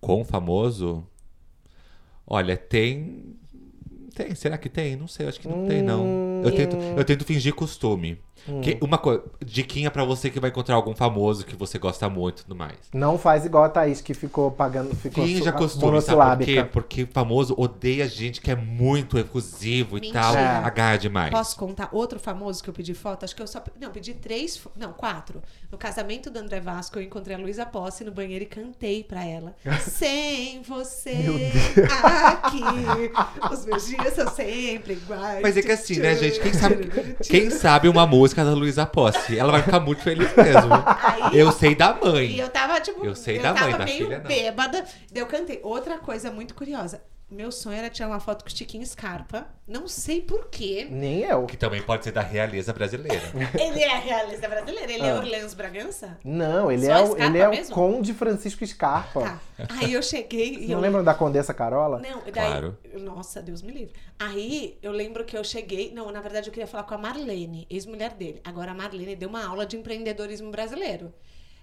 B: Com o famoso? Olha, tem. Tem, será que tem? Não sei, acho que não tem, não.
A: Hum.
B: Eu tento, eu tento fingir costume. Que- uma coisa, diquinha pra você que vai encontrar algum famoso que você gosta muito e tudo mais.
A: Não faz igual a Thaís, que ficou pagando. Ficou
B: Finja
A: su-
B: costume, sabe por
A: monossilábica.
B: quê? Porque famoso odeia gente que é muito efusivo e
C: Mentira.
B: tal.
A: É.
B: Agarra demais.
C: Posso contar outro famoso que eu pedi foto? Acho que eu só. pe- Não, pedi três. fo- Não, quatro. No casamento do André Vasco, eu encontrei a Luísa Posse no banheiro e cantei pra ela. Sem você aqui. Os meus dias são sempre iguais.
B: Mas é que assim, né, gente? Quem sabe, quem sabe uma música da Luísa Posse? Ela vai ficar muito feliz mesmo.
C: Aí-
B: Eu sei da
C: E
B: mãe.
C: eu tava, tipo,
B: Eu sei da
C: tava
B: mãe, da
C: meio
B: filha, não.
C: bêbada. Daí eu cantei. Outra coisa muito curiosa. Meu sonho era tirar uma foto com o Chiquinho Scarpa. Não sei porquê.
A: Nem eu.
B: Que também pode ser da realeza brasileira.
C: Ele é realista brasileiro. Ele é
A: Ah.
C: Orleans Bragança?
A: Não, ele
C: Só
A: é,
C: a
A: o,
C: Scarpa
A: ele é o
C: mesmo?
A: Conde Francisco Scarpa.
C: Tá. Aí eu cheguei e eu
A: Não lembram da Condessa Carola?
C: Não, daí,
B: Claro.
C: Nossa, Deus me livre. Aí eu lembro que eu cheguei. Não, na verdade eu queria falar com a Marlene, ex-mulher dele. Agora a Marlene deu uma aula de empreendedorismo brasileiro.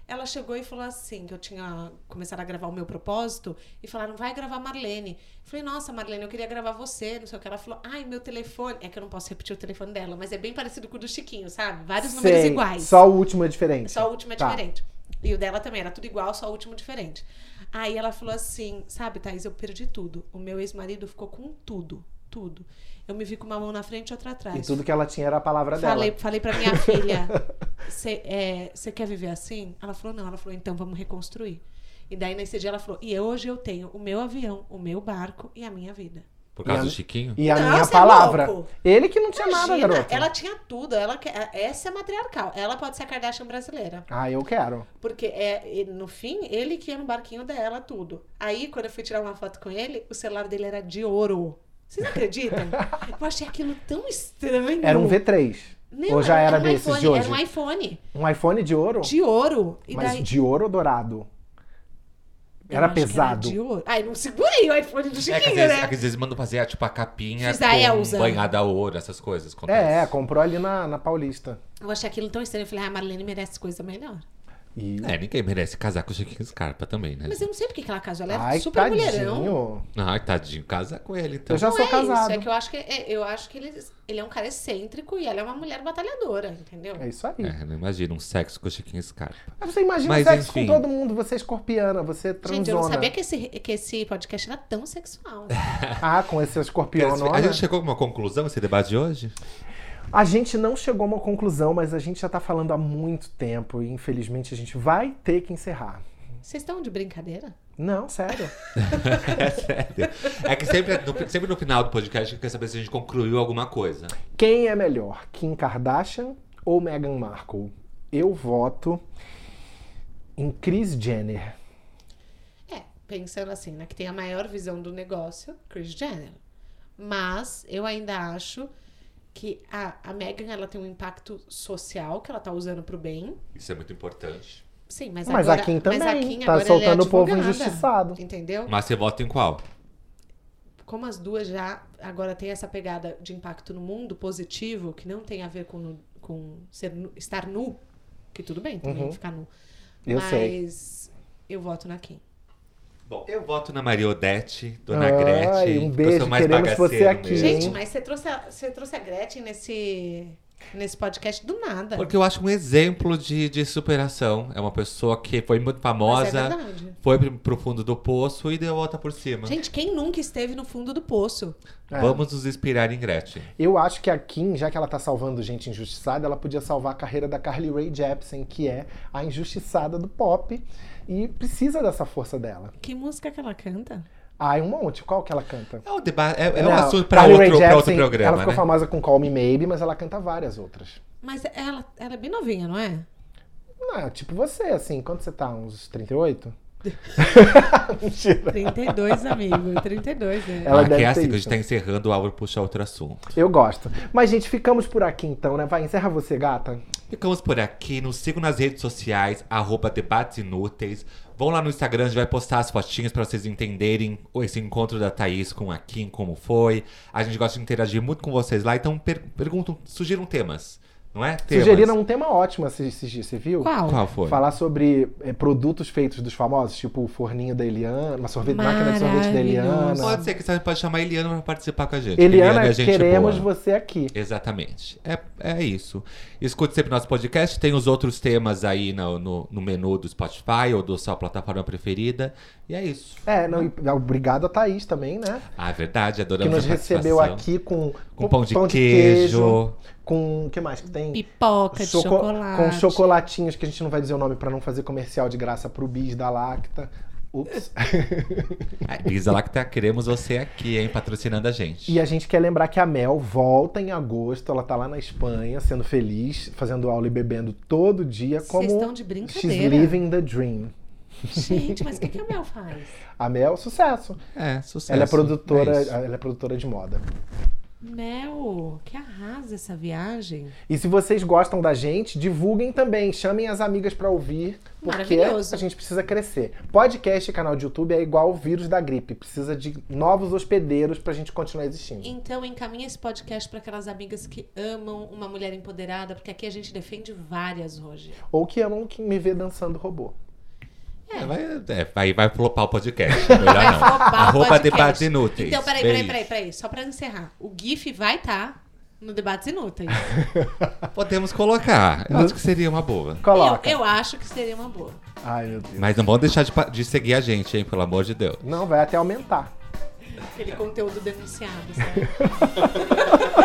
C: Ela chegou e falou assim: que eu tinha começado a gravar o meu propósito, e falaram, vai gravar a Marlene. Eu falei, nossa, Marlene, eu queria gravar você, não sei o que. Ela falou, ai, meu telefone. É que eu não posso repetir o telefone dela, mas é bem parecido com o do Chiquinho, sabe? Vários números
A: Sei,
C: iguais.
A: Só o último é diferente.
C: Só o último é
A: Tá.
C: diferente. E o dela também, era tudo igual, só o último diferente. Aí ela falou assim: sabe, Thaís, eu perdi tudo. O meu ex-marido ficou com tudo, tudo. Eu me vi com uma mão na frente e outra atrás.
A: E tudo que ela tinha era a palavra
C: falei,
A: dela.
C: falei pra minha filha: você quer viver assim? Ela falou: não. Ela falou: então vamos reconstruir. E daí nesse dia ela falou: e hoje eu tenho o meu avião, o meu barco e a minha vida.
B: Por
A: E
B: causa
A: a-
B: do Chiquinho?
A: E a
C: Não,
A: minha
C: você é
A: palavra.
C: louco.
A: ele que não tinha nada,
C: Imagina,
A: garoto.
C: ela tinha tudo. Ela quer, essa é matriarcal. Ela pode ser a Kardashian brasileira.
A: Ah, eu quero.
C: Porque é, e- no fim, ele que ia no barquinho dela, tudo. Aí, quando eu fui tirar uma foto com ele, o celular dele era de ouro. Vocês acreditam? eu achei aquilo tão estranho.
A: Era um V3.
C: Não,
A: ou já era
C: um
A: desses
C: iPhone,
A: de hoje?
C: Era um iPhone
A: Um iPhone de ouro?
C: de ouro. E
A: mas
C: daí,
A: de ouro ou dourado?
C: Eu
A: Era
C: acho que
A: pesado.
C: de ouro. Ai, não segurei o iPhone do Chiquinho,
B: É que às vezes, é
C: né?
B: que às vezes mandam fazer tipo a capinha
C: Fiz a Elza.
B: com banhada a ouro, essas coisas. acontece.
A: É, é, comprou ali na, na Paulista.
C: Eu achei aquilo tão estranho. Eu falei, ah, a Marlene merece coisa melhor.
A: E...
B: É, ninguém merece casar com o Chiquinho Scarpa também, né?
C: Mas é- eu não sei porque que ela casou. Ela era
A: Ai,
C: né, super mulherão.
A: tadinho.
B: Ai, tadinho, casa com ele então.
A: Eu já
C: Não
A: sou
C: é
A: casado.
C: isso. É que eu acho que, é- eu acho que ele, ele é um cara excêntrico e ela é uma mulher batalhadora, entendeu?
A: É isso aí.
B: É, não imagina um sexo com o Chiquinho Scarpa.
A: Mas Você imagina
B: Mas,
A: sexo
B: enfim.
A: com todo mundo, você é escorpiana, você é transona.
C: Gente, eu não sabia que esse, que esse podcast era tão sexual.
A: Ah, com esse escorpião,
B: a gente chegou a uma conclusão esse debate de hoje?
A: A gente não chegou a uma conclusão, mas a gente já tá falando há muito tempo e infelizmente a gente vai ter que encerrar.
C: Vocês estão de brincadeira?
A: Não, sério.
B: É sério. É que sempre no, sempre no final do podcast a gente quer saber se a gente concluiu alguma coisa.
A: Quem é melhor, Kim Kardashian ou Meghan Markle? Eu voto em Kris Jenner.
C: É, pensando assim, né? Que tem a maior visão do negócio, Chris Jenner. Mas eu ainda acho que a, a Megan ela tem um impacto social que ela tá usando pro bem.
B: Isso é muito importante.
C: Sim, mas,
A: Mas
C: agora,
A: a Kim também
C: mas a Kim
A: tá
C: agora ela é
A: soltando o povo
C: advogada,
A: injustiçado.
C: Entendeu?
B: Mas você vota em qual?
C: Como as duas já agora tem essa pegada de impacto no mundo positivo, que não tem a ver com, com ser, nu- estar nu, que tudo bem também
A: Uhum.
C: ficar nu.
A: Eu
C: mas
A: sei.
C: eu voto na Kim.
B: Bom, eu voto na Maria Odete, Dona
A: Ai,
B: Gretchen.
A: um
B: porque eu sou
A: beijo,
B: mais
A: queremos você
B: bagaceiro
A: aqui,
B: mesmo.
A: hein?
C: Gente, mas você trouxe a, você trouxe a Gretchen nesse, nesse podcast do nada.
B: Porque eu acho um exemplo de, de superação. É uma pessoa que foi muito
C: Mas
B: famosa,
C: é verdade.
B: foi pro- pro fundo do poço e deu a volta por cima.
C: Gente, quem nunca esteve no fundo do poço?
A: É.
B: Vamos nos inspirar em Gretchen.
A: Eu acho que a Kim, já que ela tá salvando gente injustiçada, ela podia salvar a carreira da Carly Rae Jepsen, que é a injustiçada do pop e precisa dessa força dela.
C: Que música que ela canta?
A: Ai, um monte. Qual que ela canta?
B: É, um deba- é, é um
A: Não,
B: assunto pra
A: Carly
B: outro,
A: Rae
B: pra outro
A: Jepsen,
B: programa,
A: Ela ficou
B: né?
A: famosa com Call Me Maybe, mas ela canta várias outras.
C: Mas ela, ela é bem novinha, não é?
A: Ah, tipo você, assim, quando você tá? Uns 38? Mentira.
C: 32, amigo. 32, né?
A: Ela
B: ah, que
A: deve
B: é
A: ter
B: assim que a
A: isso.
B: gente tá encerrando o Auro Puxa Outro Assunto.
A: Eu gosto. Mas, gente, ficamos por aqui então, né? Vai, encerra você, gata.
B: Ficamos por aqui, nos sigam nas redes sociais, arroba debates inúteis. Vão lá no Instagram, a gente vai postar as fotinhas pra vocês entenderem esse encontro da Thaís com a Kim, como foi. A gente gosta de interagir muito com vocês lá, então per- perguntam, sugiram temas, não é? Temas.
A: Sugeriram um tema ótimo esses esses dias, você viu?
C: Qual?
B: Qual foi?
A: Falar sobre eh, produtos feitos dos famosos, tipo o forninho da Eliana, uma sorvete, máquina de sorvete da Eliana.
C: Maravilhoso.
B: Pode ser que você pode chamar a Eliana pra participar com a gente.
A: Eliana,
B: é gente
A: queremos
B: boa.
A: você aqui.
B: Exatamente. É, é isso. Escute sempre nosso podcast. Tem os outros temas aí no, no, no menu do Spotify ou da sua plataforma preferida. E é isso.
A: É, não, e obrigado a Thaís também, né?
B: Ah, é verdade.
A: que
B: Adoramos
A: nos
B: a
A: recebeu
B: participação.
A: aqui com,
B: Com pão de, queijo.
A: com o que mais que tem?
C: Pipoca
A: Choco-
C: de chocolate.
A: Com chocolatinhos, que a gente não vai dizer o nome pra não fazer comercial de graça pro Bis da Lacta. Ups.
B: Ah, Isa Lacta, queremos você aqui, hein? Patrocinando a gente.
A: E a gente quer lembrar que a Mel volta em agosto, ela tá lá na Espanha, sendo feliz, fazendo aula e bebendo todo dia,
C: Vocês estão
A: como
C: de
A: She's
C: brincadeira.
A: Living the Dream.
C: Gente, mas o que, que a Mel faz?
A: A Mel, sucesso.
B: É, sucesso.
A: Ela é produtora,
B: É isso.
A: ela é produtora de moda.
C: Mel, que arrasa essa viagem.
A: E se vocês gostam da gente, divulguem também, chamem as amigas pra ouvir, porque
C: Maravilhoso.
A: a gente precisa crescer. Podcast e canal de YouTube é igual o vírus da gripe, precisa de novos hospedeiros pra gente continuar existindo.
C: Então encaminha esse podcast para aquelas amigas que amam uma mulher empoderada, porque aqui a gente defende várias hoje.
A: Ou que amam que me vê dançando robô.
B: É, vai, é, vai, vai flopar o podcast. Melhor não.
C: Flopar o
B: Arroba
C: podcast.
B: debates inúteis.
C: Então, peraí, peraí,
B: Beijo.
C: peraí, peraí. Só pra encerrar. O GIF vai estar no Debates Inúteis.
B: Podemos colocar. Eu acho que seria uma boa.
A: Coloca.
C: Eu, eu acho que seria uma boa.
A: Ai, meu Deus.
B: Mas não vão deixar de, pa- de seguir a gente, hein? Pelo amor de Deus.
A: Não, vai até aumentar.
C: Aquele conteúdo denunciado, sabe?